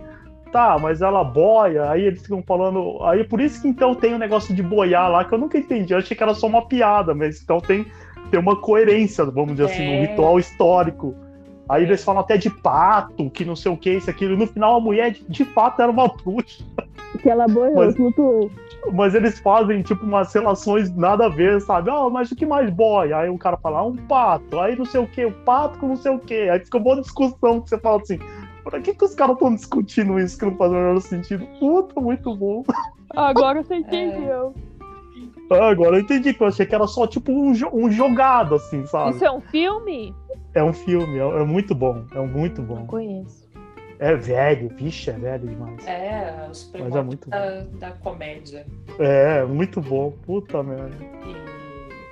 C: Tá, mas ela boia, aí eles ficam falando. Aí por isso que então tem o negócio de boiar lá, que eu nunca entendi. Eu achei que era só uma piada, mas então tem, tem uma coerência, vamos dizer assim, um
A: É.
C: ritual histórico. Aí
A: É.
C: eles falam até de pato, que não sei o que, isso, aquilo. No final a mulher de, de fato era uma bruxa.
D: Que ela boiou,
C: Mas-
D: flutuou.
C: Mas eles fazem, tipo, umas relações nada a ver, sabe? Ah, mas o que mais boia? Aí um cara fala, ah, um pato, aí não sei o que, o pato com não sei o que. Aí fica uma boa discussão que você fala assim. Pra que, que os caras estão discutindo isso que não faz o menor sentido? Puta, muito bom.
B: Agora você entendeu.
C: Ah, Agora eu entendi que eu achei que era só tipo um, jo- um jogado, assim, sabe?
B: Isso é um filme?
C: É um filme, é, é muito bom, é muito bom.
B: Conheço.
C: É velho, vixe, é velho demais.
A: É, os
C: Mas
A: primórdios
C: é muito bom.
A: da, da comédia.
C: É, muito bom. Puta merda.
A: E-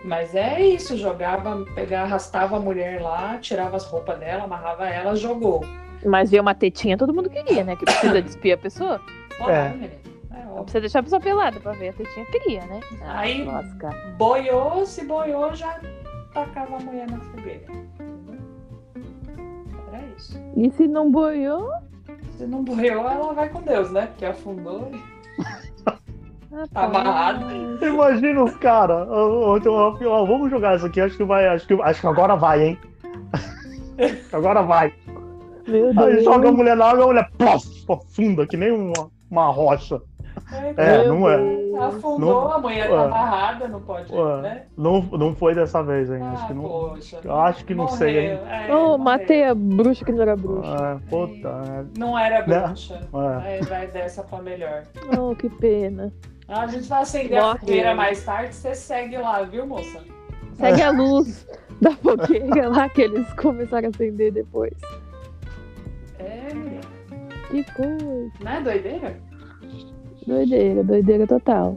A: Mas é isso, jogava, pegava, arrastava a mulher lá, tirava as roupas dela, amarrava ela, jogou.
B: Mas ver uma tetinha todo mundo queria, né? Que precisa despir a pessoa.
A: Olha,
C: É.
A: menina, é
B: Não
A: óbvio.
B: precisa deixar a pessoa pelada pra ver a tetinha. Queria, né? Ah,
A: Aí-
B: Lascar.
A: Boiou, se boiou, já tacava a mulher na fogueira. Era isso.
D: E se não boiou?
A: Se não boiou, ela vai com Deus, né? Porque afundou.
B: Ah,
A: Tá amarrado.
C: Imagina os caras. então, Vamos jogar isso aqui. Acho que vai. Acho que, acho que agora vai, hein? Agora vai.
D: Meu
C: Aí
D: Deus.
C: joga a mulher na água, a mulher plof, afunda, que nem uma, uma rocha. É,
D: Meu
C: não é.
D: Deus.
A: Afundou,
C: não-
A: a mulher
C: Ué.
A: tá amarrada, não pode,
C: Ué.
A: né?
C: Não, não foi dessa vez, hein? Acho
A: Ah,
C: que não.
A: poxa.
C: eu acho que não sei, hein?
A: Morreu, é,
D: Oh,
A: morreu.
D: matei a bruxa que não era bruxa.
C: É, puta. merda.
A: Não era
C: Né?
A: bruxa.
C: É.
A: Aí vai dessa pra melhor.
D: Oh, que pena.
A: Ah, A gente vai acender
B: Morre.
A: a fogueira mais tarde, você segue lá, viu, moça?
D: Segue a luz da fogueira lá que eles começaram a acender depois.
A: É, menina.
D: Que coisa.
A: não é doideira?
D: Doideira, doideira total.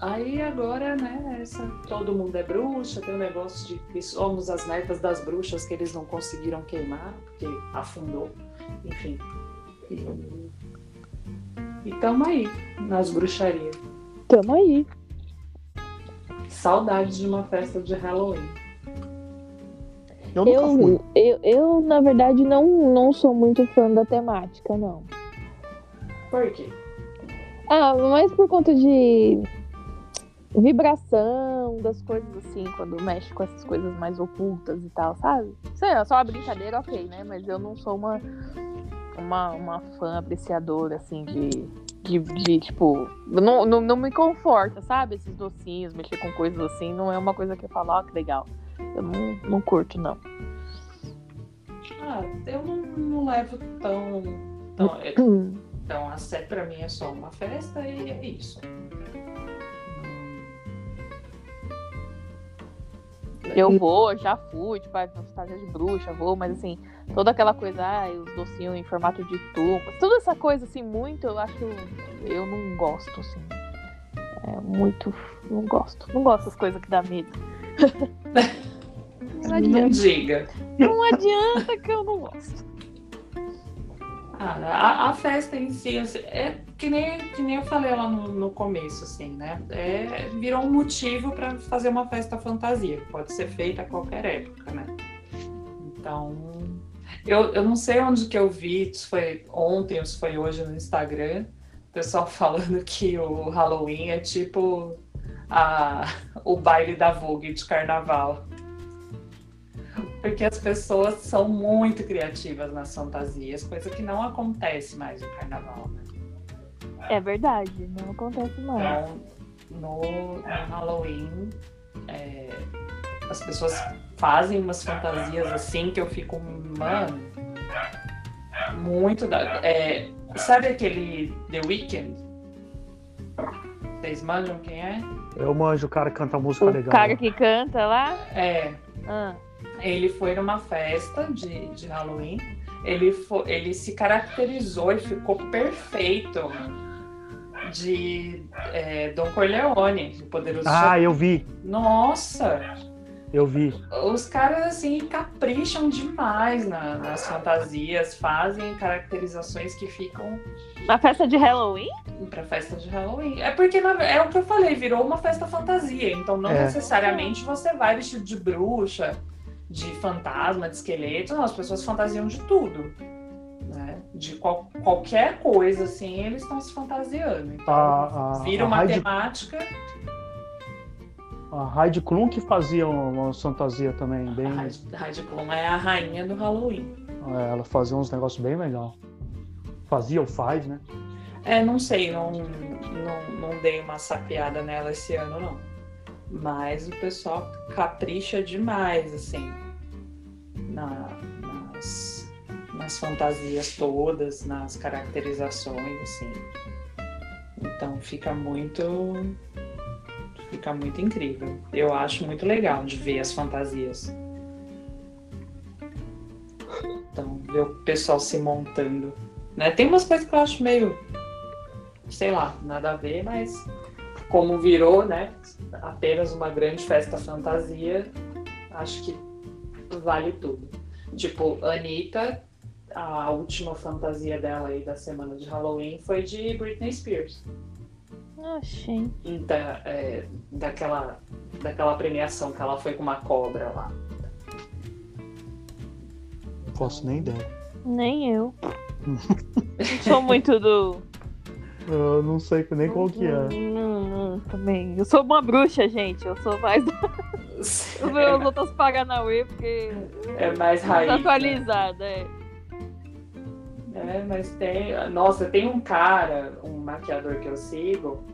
A: Aí agora, né, essa, todo mundo é bruxa, tem o negócio de que somos as netas das bruxas que eles não conseguiram queimar, porque afundou, enfim. E, e tamo aí, nas bruxarias.
D: Tamo aí.
A: Saudade de uma festa de Halloween.
C: Eu nunca fui.
D: Eu, eu, eu, na verdade, não, não sou muito fã da temática, não.
A: Por quê?
D: Ah, mas por conta de.
B: vibração das coisas assim, quando mexe com essas coisas mais ocultas e tal, sabe? Sei lá, só uma brincadeira, ok, né? Mas eu não sou uma uma, uma fã apreciadora, assim, de, de, de, tipo, não, não, não me conforta, sabe? Esses docinhos, mexer com coisas assim, não é uma coisa que eu falo, ó, que legal. Eu não, não curto, não.
A: Ah, eu não, não levo tão. tão é- então, a série pra mim é só uma festa e é isso.
B: Eu vou, já fui, tipo, ah, fantasias de bruxa, vou, mas assim, toda aquela coisa, ah, os docinhos em formato de tubo, toda essa coisa, assim, muito, eu acho, eu não gosto, assim. É muito, não gosto. Não gosto das coisas que dá medo. não,
A: Não
B: adianta,
A: diga.
B: não adianta que eu não gosto.
A: Ah, a, a festa em si, assim, é que nem, que nem eu falei lá no, no começo, assim, né? É, virou um motivo para fazer uma festa fantasia, que pode ser feita a qualquer época, né? Então, eu, eu não sei onde que eu vi, se foi ontem ou se foi hoje no Instagram, o pessoal falando que o Halloween é tipo a, o baile da Vogue de carnaval. Porque as pessoas são muito criativas nas fantasias, coisa que não acontece mais no carnaval. né?
B: É verdade, não acontece mais.
A: Então, no, no Halloween, é, as pessoas fazem umas fantasias assim que eu fico, mano, muito da. é, sabe aquele The Weeknd? Vocês manjam quem é?
C: Eu manjo o cara que canta música
B: O
C: legal.
B: cara que canta lá,
A: É,
B: ah,
A: Ele foi numa festa de, de Halloween. Ele, fo- ele se caracterizou e ficou perfeito de é, Don Corleone, o poderoso.
C: Ah,
A: Chefão.
C: eu vi,
A: Nossa!
C: eu vi.
A: Os caras assim capricham demais na- nas fantasias, fazem caracterizações que ficam
B: na festa de Halloween?
A: pra festa de Halloween. É porque na- é o que eu falei, virou uma festa fantasia. Então não
C: É.
A: necessariamente você vai vestido de bruxa, de fantasma, de esqueleto. Não, as pessoas fantasiam de tudo. Né? De qual- qualquer coisa, assim, eles estão se fantasiando. Então,
C: A- a-
A: vira
C: a
A: uma
C: Heidi-
A: temática.
C: A Heidi Klum que fazia um, uma fantasia também, bem.
A: A Heidi- Heidi Klum é a rainha do Halloween.
C: é, Ela fazia uns negócios bem legal. Fazia ou faz, né?
A: É, não sei, não, não, não dei uma sapeada nela esse ano, não. Mas o pessoal capricha demais, assim, na- nas, nas fantasias todas, nas caracterizações, assim. Então fica muito. Fica muito incrível. Eu acho muito legal de ver as fantasias. Então, ver o pessoal se montando. né? Tem umas coisas que eu acho meio. Sei lá, nada a ver, mas como virou, né? Apenas uma grande festa fantasia, acho que vale tudo. Tipo, Anitta, a última fantasia dela aí da semana de Halloween foi de Britney Spears
B: Oxi.
A: da, é, daquela, daquela premiação que ela foi com uma cobra lá.
C: Não faço nem ideia.
B: Nem eu. não sou muito do.
C: Eu não sei nem qual que é.
B: Não, não, também. Eu sou uma bruxa, gente. Eu sou mais dos meus
A: É,
B: outros Paranauê, porque
A: é mais raiz. né?
B: desatualizada. É.
A: É, mas tem. Nossa, tem um cara, um maquiador que eu sigo,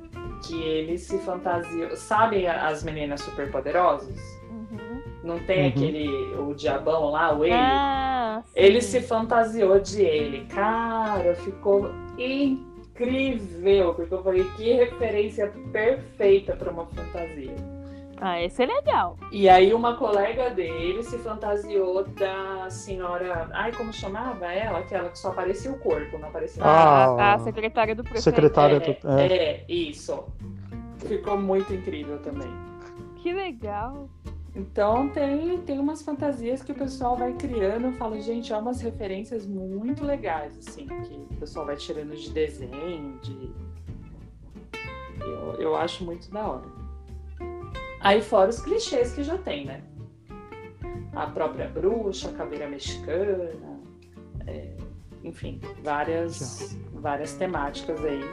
A: que ele se fantasia. Sabe as meninas superpoderosas?
B: Uhum.
A: Não tem
C: Uhum.
A: aquele. O diabão lá, o ele?
B: Ah, sim.
A: Ele se fantasiou de ele. Cara, ficou incrível. Porque eu falei, que referência perfeita para uma fantasia.
B: Ah, esse é legal.
A: E aí uma colega dele se fantasiou da senhora. Ai, como chamava ela? Aquela que só aparecia o corpo, não aparecia nada.
C: Ah,
B: a, a secretária do prefeito.
C: secretária do. é.
A: É, isso. Ficou muito incrível também.
B: Que legal.
A: Então tem, tem umas fantasias que o pessoal vai criando, eu falo, gente, há umas referências muito legais, assim, que o pessoal vai tirando de desenho, de. Eu, eu acho muito da hora. Aí fora os clichês que já tem, né? A própria bruxa, a caveira mexicana, é, enfim, várias, várias temáticas aí.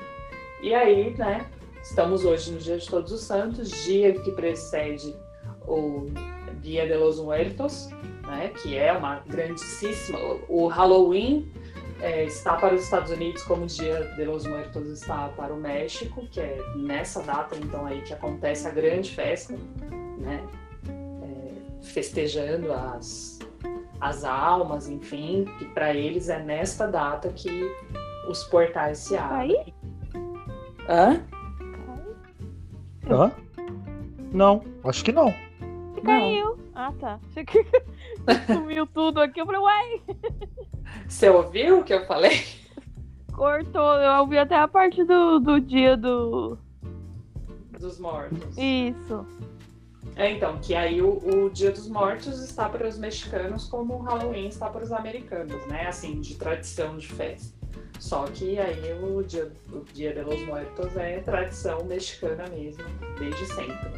A: E aí, né, Estamos hoje no Dia de Todos os Santos, dia que precede o Dia de los Muertos, né, que é uma grandíssima. O Halloween é, está para os Estados Unidos como o Dia de los Muertos está para o México, que é nessa data então aí que acontece a grande festa, né, é, festejando as as almas, enfim, que para eles é nesta data que os portais se abrem.
B: Aí?
A: Hã?
C: Hã? Não, acho que não.
B: Que
A: Não.
B: caiu. Ah, tá. Achei que sumiu tudo aqui. Eu falei, uai,
A: Você ouviu o que eu falei?
B: cortou. Eu ouvi até a parte do, do dia do.
A: Dos mortos.
B: Isso.
A: É, então, que aí o, o Dia dos Mortos está para os mexicanos como o Halloween está para os americanos, né? Assim, de tradição de festa. Só que aí o Dia, o dia de los Muertos é tradição mexicana mesmo, desde sempre.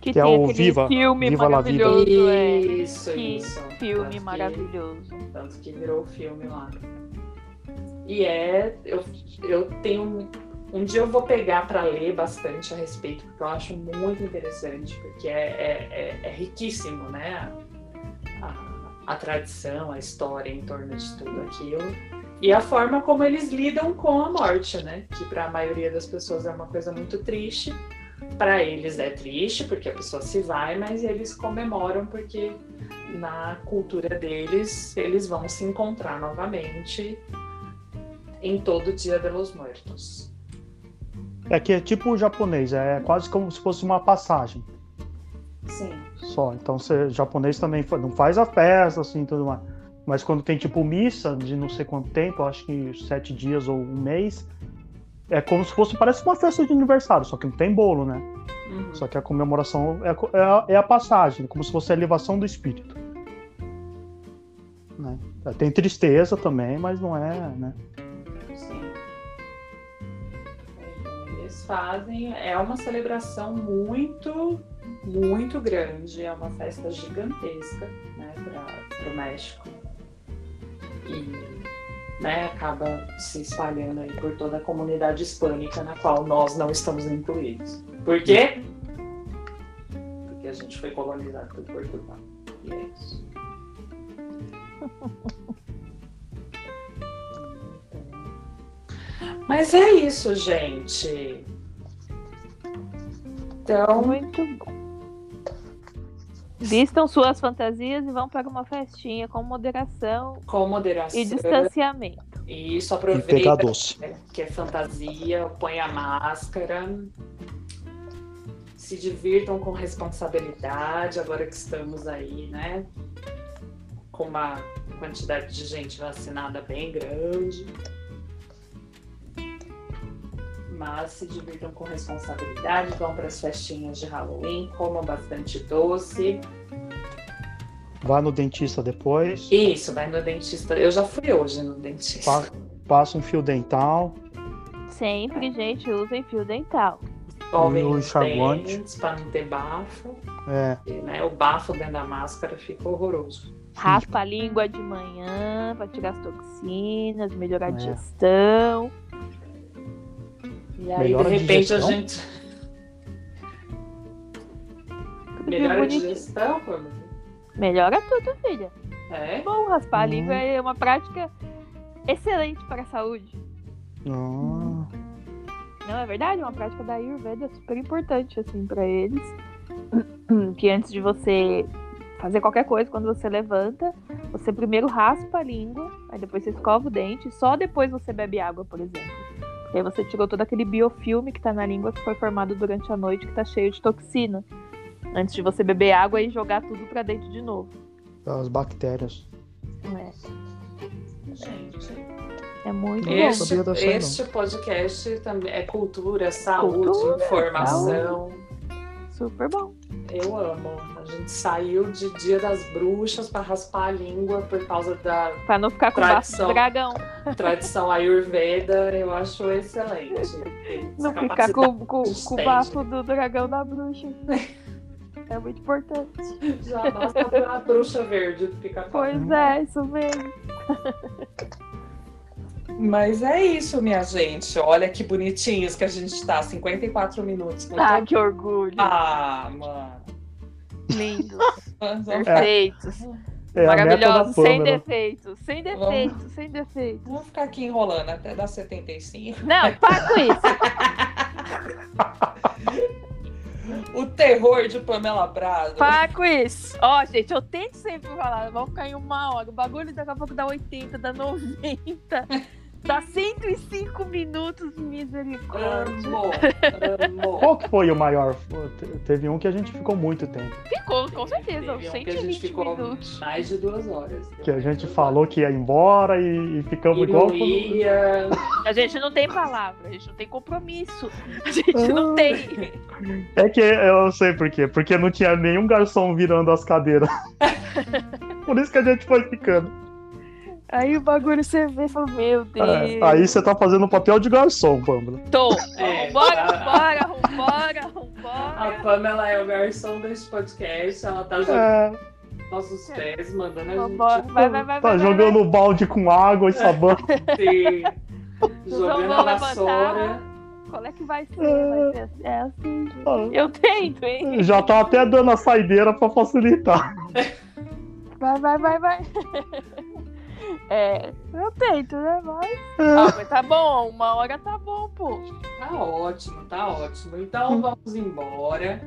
B: Que,
C: Que
B: tem
C: é o
B: aquele
C: Viva-
B: filme
C: Viva la vida.
B: maravilhoso. é.
A: Isso,
B: que
A: isso. Tanto
B: filme
A: que-
B: maravilhoso.
A: Tanto que virou filme lá. E é. Eu, eu tenho. Um dia eu vou pegar para ler bastante a respeito, porque eu acho muito interessante, porque é, é, é- é riquíssimo, né? A, a tradição, a história em torno de tudo aquilo. E a forma como eles lidam com a morte, né? Que para a maioria das pessoas é uma coisa muito triste. Para eles é triste, porque a pessoa se vai, mas eles comemoram porque na cultura deles, eles vão se encontrar novamente em todo Dia de los Muertos.
C: É que é tipo o japonês, é quase como se fosse uma passagem
A: Sim.
C: só. Então, você, japonês também fa- não faz a festa, assim, tudo mais. Mas quando tem tipo missa de não sei quanto tempo, acho que sete dias ou um mês, é como se fosse, parece uma festa de aniversário, só que não tem bolo, né?
A: Uhum.
C: Só que a comemoração é, a co- é a- é a passagem, como se fosse a elevação do espírito. Né? Tem tristeza também, mas não é. Né?
A: Sim. Então, Eles fazem. É uma celebração muito, muito grande. É uma festa gigantesca né, para o México. E né, acaba se espalhando aí por toda a comunidade hispânica na qual nós não estamos incluídos. Por quê? Porque a gente foi colonizado por Portugal. E é isso. Mas é isso, gente. Então,
B: Muito bom. Vistam suas fantasias e vão para uma festinha com moderação
A: com moderação.
B: e distanciamento.
A: E isso
C: E pegar
A: aproveita
C: doce.
A: que é fantasia, põe a máscara. Se divirtam com responsabilidade, agora que estamos aí, né? Com uma quantidade de gente vacinada bem grande. Mas se divirtam com responsabilidade, vão para as festinhas de Halloween, comam bastante doce.
C: Vá no dentista depois,
A: Isso, vai no dentista. Eu já fui hoje no dentista.
C: pa- passa um fio dental.
B: Sempre, gente, usem fio dental.
A: Escovem
C: E o
A: os
C: enxaguante.
A: dentes para não ter bafo.
C: É,
A: E, né, o bafo dentro da máscara fica horroroso.
B: Raspa a língua de manhã para tirar as toxinas, melhorar a
C: É.
B: digestão.
A: E aí,
C: Melhora a
A: de repente, a,
C: digestão?
A: gente.
B: Tudo bem
A: Melhora a
B: bonitinho.
A: digestão, pô, mas-
B: Melhora tudo, filha.
A: É?
B: Bom, raspar a
C: Hum.
B: língua é uma prática excelente para a saúde.
C: não,
B: Não é verdade? Uma prática da Ayurveda é super importante, assim, para eles. Que antes de você fazer qualquer coisa, quando você levanta, você primeiro raspa a língua, aí depois você escova o dente, e só depois você bebe água, por exemplo. E aí você tirou todo aquele biofilme que tá na língua que foi formado durante a noite, que tá cheio de toxina. Antes de você beber água e jogar tudo pra dentro de novo.
C: as bactérias.
A: Gente.
B: É muito
C: Eu não
B: bom.
A: Este,
C: sabia dessa, não.
A: este podcast também é cultura, saúde,
B: Cultura,
A: informação.
B: Super bom.
A: Eu amo. A gente saiu de Dia das Bruxas para raspar a língua por causa da
B: Pra não ficar com bafo
A: Tradição.
B: de dragão.
A: tradição ayurveda. Eu acho excelente.
B: Não
A: Essa
B: ficar com, com, com o
A: sustenta.
B: bafo do dragão da bruxa. É muito importante.
A: Já basta Uhum. a bruxa verde ficar com a
B: Pois é, isso mesmo.
A: Mas é isso, minha gente. Olha que bonitinhos que a gente tá. 54 minutos. no
B: Ah,
A: todo-
B: que orgulho.
A: ah mano.
B: Lindos.
A: Vamos- vamos ficar-
B: Perfeitos.
C: É a meta da
B: maravilhosos. Sem
A: né?
C: Pamela.
B: defeitos. Sem defeitos. Sem defeitos.
A: Vamos ficar aqui enrolando até dar 75.
B: Não, para com isso.
A: O terror de Pamela Prado.
B: Para com isso. Ó, gente, eu tento sempre falar. Vamos ficar em uma hora. O bagulho daqui a pouco dá 80, dá 90. Dá 105 minutos, misericórdia.
A: Amo, amo.
C: Qual que foi o maior? Te- Teve um que a gente ficou muito tempo.
B: Ficou, com certeza.
A: Teve
B: uns
A: um que a gente
B: 120
A: ficou
B: minutos.
A: mais de duas horas.
C: Que a gente falou que ia embora e, e ficamos igual.
A: Ironia,
B: A gente não tem palavra, a gente não tem compromisso. A gente não tem.
C: É que eu sei por quê. Porque não tinha nenhum garçom virando as cadeiras. por isso que a gente foi ficando.
B: Aí o bagulho você vê e fala, meu Deus.
C: É, aí você tá fazendo o papel de garçom, Pamela.
B: Tô.
A: É,
B: Vambora,
A: tá.
B: vambora, vambora,
A: A
B: vambora.
A: Pamela é o garçom desse podcast. Ela tá jogando
C: É,
A: nossos pés, mandando a
B: Vambora.
A: gente
B: Vai, vai, vai.
C: tá
B: vai,
C: jogando balde com água e sabão.
A: ter, jogando a
B: vão levantar.
A: vassoura.
B: Vai. Qual é que vai ser? Vai ser assim, é assim. gente. Eu tento, hein?
C: Já tá até dando a saideira pra facilitar.
B: Vai, vai, vai, vai. É, eu tento, né? Vai. Ah, mas tá bom, uma hora tá bom, pô.
A: Tá ótimo, tá ótimo. Então vamos embora.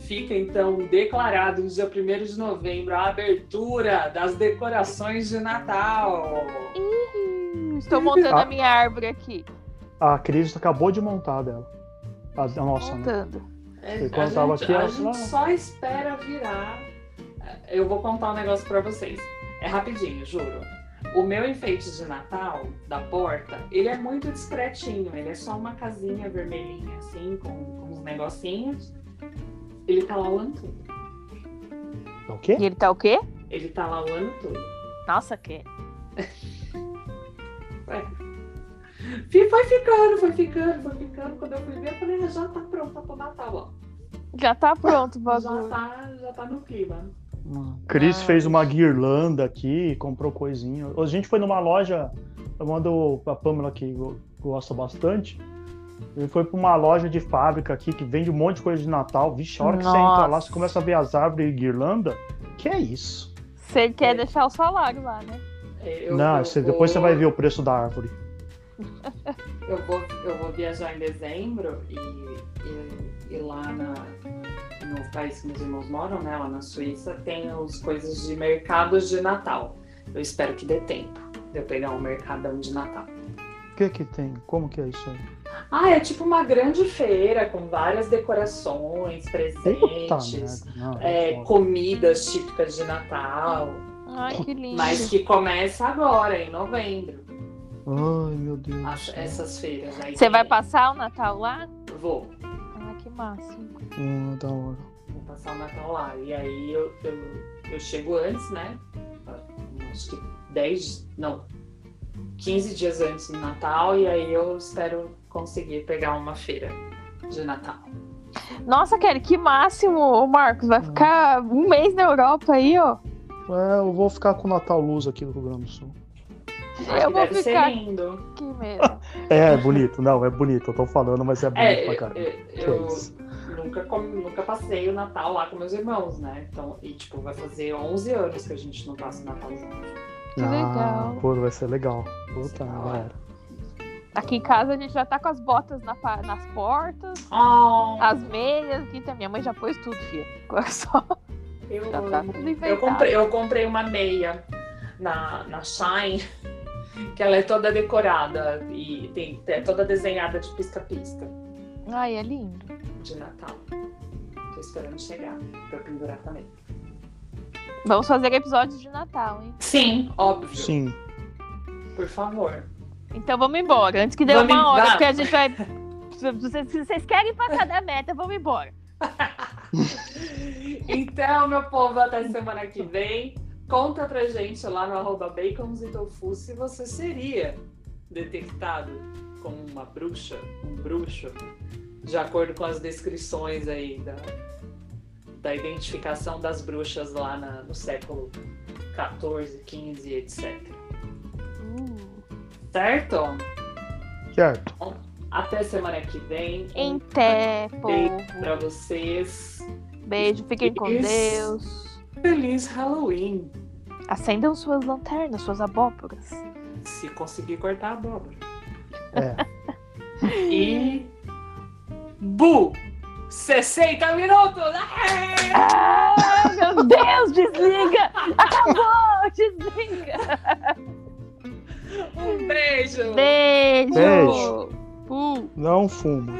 A: Fica então declarado no dia 1 de novembro a abertura das decorações de Natal.
B: Ih, Estou montando a minha árvore aqui.
C: A Cris acabou de montar dela. A, a nossa, né?
B: Montando.
A: É,
C: Você
A: a
C: contava
A: gente,
C: aqui, né?
A: a
C: ela
A: gente
C: falou,
A: só espera virar. Eu vou contar um negócio pra vocês. É rapidinho, juro. O meu enfeite de Natal, da porta, ele é muito discretinho. Ele é só uma casinha vermelhinha, assim, com, com uns negocinhos. Ele tá lá o ano todo.
C: É O quê?
B: E ele tá o quê?
A: Ele tá lá o ano todo.
B: Nossa, que.
A: Fi- Foi ficando, foi ficando, foi ficando. Quando eu fui ver, eu falei, ah, já tá pronto pra Natal, ó.
B: Já tá pronto o
A: Já
B: bagulho.
A: tá, já tá no clima.
C: Cris
B: Ai.
C: fez uma guirlanda aqui, comprou coisinha. A gente foi numa loja, eu mando a Pamela que go- gosta bastante. Ele foi pra uma loja de fábrica aqui que vende um monte de coisa de Natal. Vixe, a hora que você entra lá,
B: Nossa.
C: você começa a ver as árvores e guirlanda. Que é isso?
B: Você quer deixar o salário lá, né?
A: É, eu-
C: Não,
A: eu
C: você-
A: vou-
C: depois você vai ver o preço da árvore.
A: Eu vou, eu vou viajar em dezembro e, e, e lá na, no país que meus irmãos moram, né, lá na Suíça, tem as coisas de mercados de Natal. Eu espero que dê tempo de eu pegar um mercadão de Natal.
C: O que que tem? Como que é isso aí?
A: Ah, é tipo uma grande feira com várias decorações,
C: Puta
A: presentes,
C: merda. Não,
A: é,
C: foda.
A: comidas típicas de Natal.
B: Ai, que lindo.
A: Mas que começa agora, em novembro,
C: Ai, meu Deus. do
A: as-
C: céu.
A: essas feiras. aí.
B: Você vai passar o Natal lá?
A: Vou.
B: Ah, que máximo.
C: Hum, da hora.
A: Vou passar o Natal lá. E aí eu, eu, eu chego antes, né? Acho que 10, não, 15 dias antes do Natal. E aí eu espero conseguir pegar uma feira de Natal.
B: Nossa, Kelly, que máximo, ô Marcos. Vai ficar um mês na Europa aí, ó.
C: É, eu vou ficar com o Natal Luz aqui no Rio Grande do Sul.
B: Eu
A: que
B: vou
A: deve
B: ficar-
A: ser lindo.
B: Que medo.
C: É, é bonito, não, é bonito, eu tô falando, mas é bonito
A: É,
C: pra
A: eu,
C: caramba. Que
A: eu-
C: isso.
A: nunca, com- nunca passei o Natal lá com meus irmãos, né? Então, e tipo, vai fazer 11 anos que a gente não passa o Natal junto.
B: que
C: ah,
B: legal.
C: Pô, vai ser legal. Puta,
A: Vai.
C: galera.
B: Aqui em casa a gente já tá com as botas na pa- nas portas,
A: Oh,
B: as meias, que minha mãe já pôs tudo, filha. Agora é só.
A: eu,
B: Já tá tudo
A: Eu
B: inventado.
A: comprei, eu comprei uma meia na, na Shine, que ela é toda decorada e tem, é toda desenhada de pisca-pisca
B: Ai, é lindo.
A: de Natal. Tô esperando chegar pra eu pendurar também.
B: Vamos fazer episódios de Natal, hein?
A: Sim, óbvio.
C: Sim.
A: Por favor.
B: Então vamos embora, antes que dê
A: Vamos
B: uma hora,
A: embora.
B: porque a gente vai. Se vocês- se vocês querem passar da meta, vamos embora.
A: Então, meu povo, até semana que vem. Conta pra gente lá no arroba bacons e tofu se você seria detectado como uma bruxa, um bruxo, de acordo com as descrições aí da, da identificação das bruxas lá na- no século 14, 15, etc.
B: Uh,
A: Certo?
C: Certo.
A: Até semana que vem.
B: Em té,
A: beijo
B: povo.
A: pra vocês.
B: Beijo, fiquem com
A: Isso.
B: Deus.
A: Feliz Halloween.
B: Acendam suas lanternas, suas abóboras.
A: Se conseguir cortar a abóbora.
C: É.
A: E. Bu! 60 minutos! Aê!
B: Ah, meu Deus, desliga! Acabou, desliga!
A: Um beijo!
B: Beijo!
C: Beijo.
B: Pum.
C: Não fuma.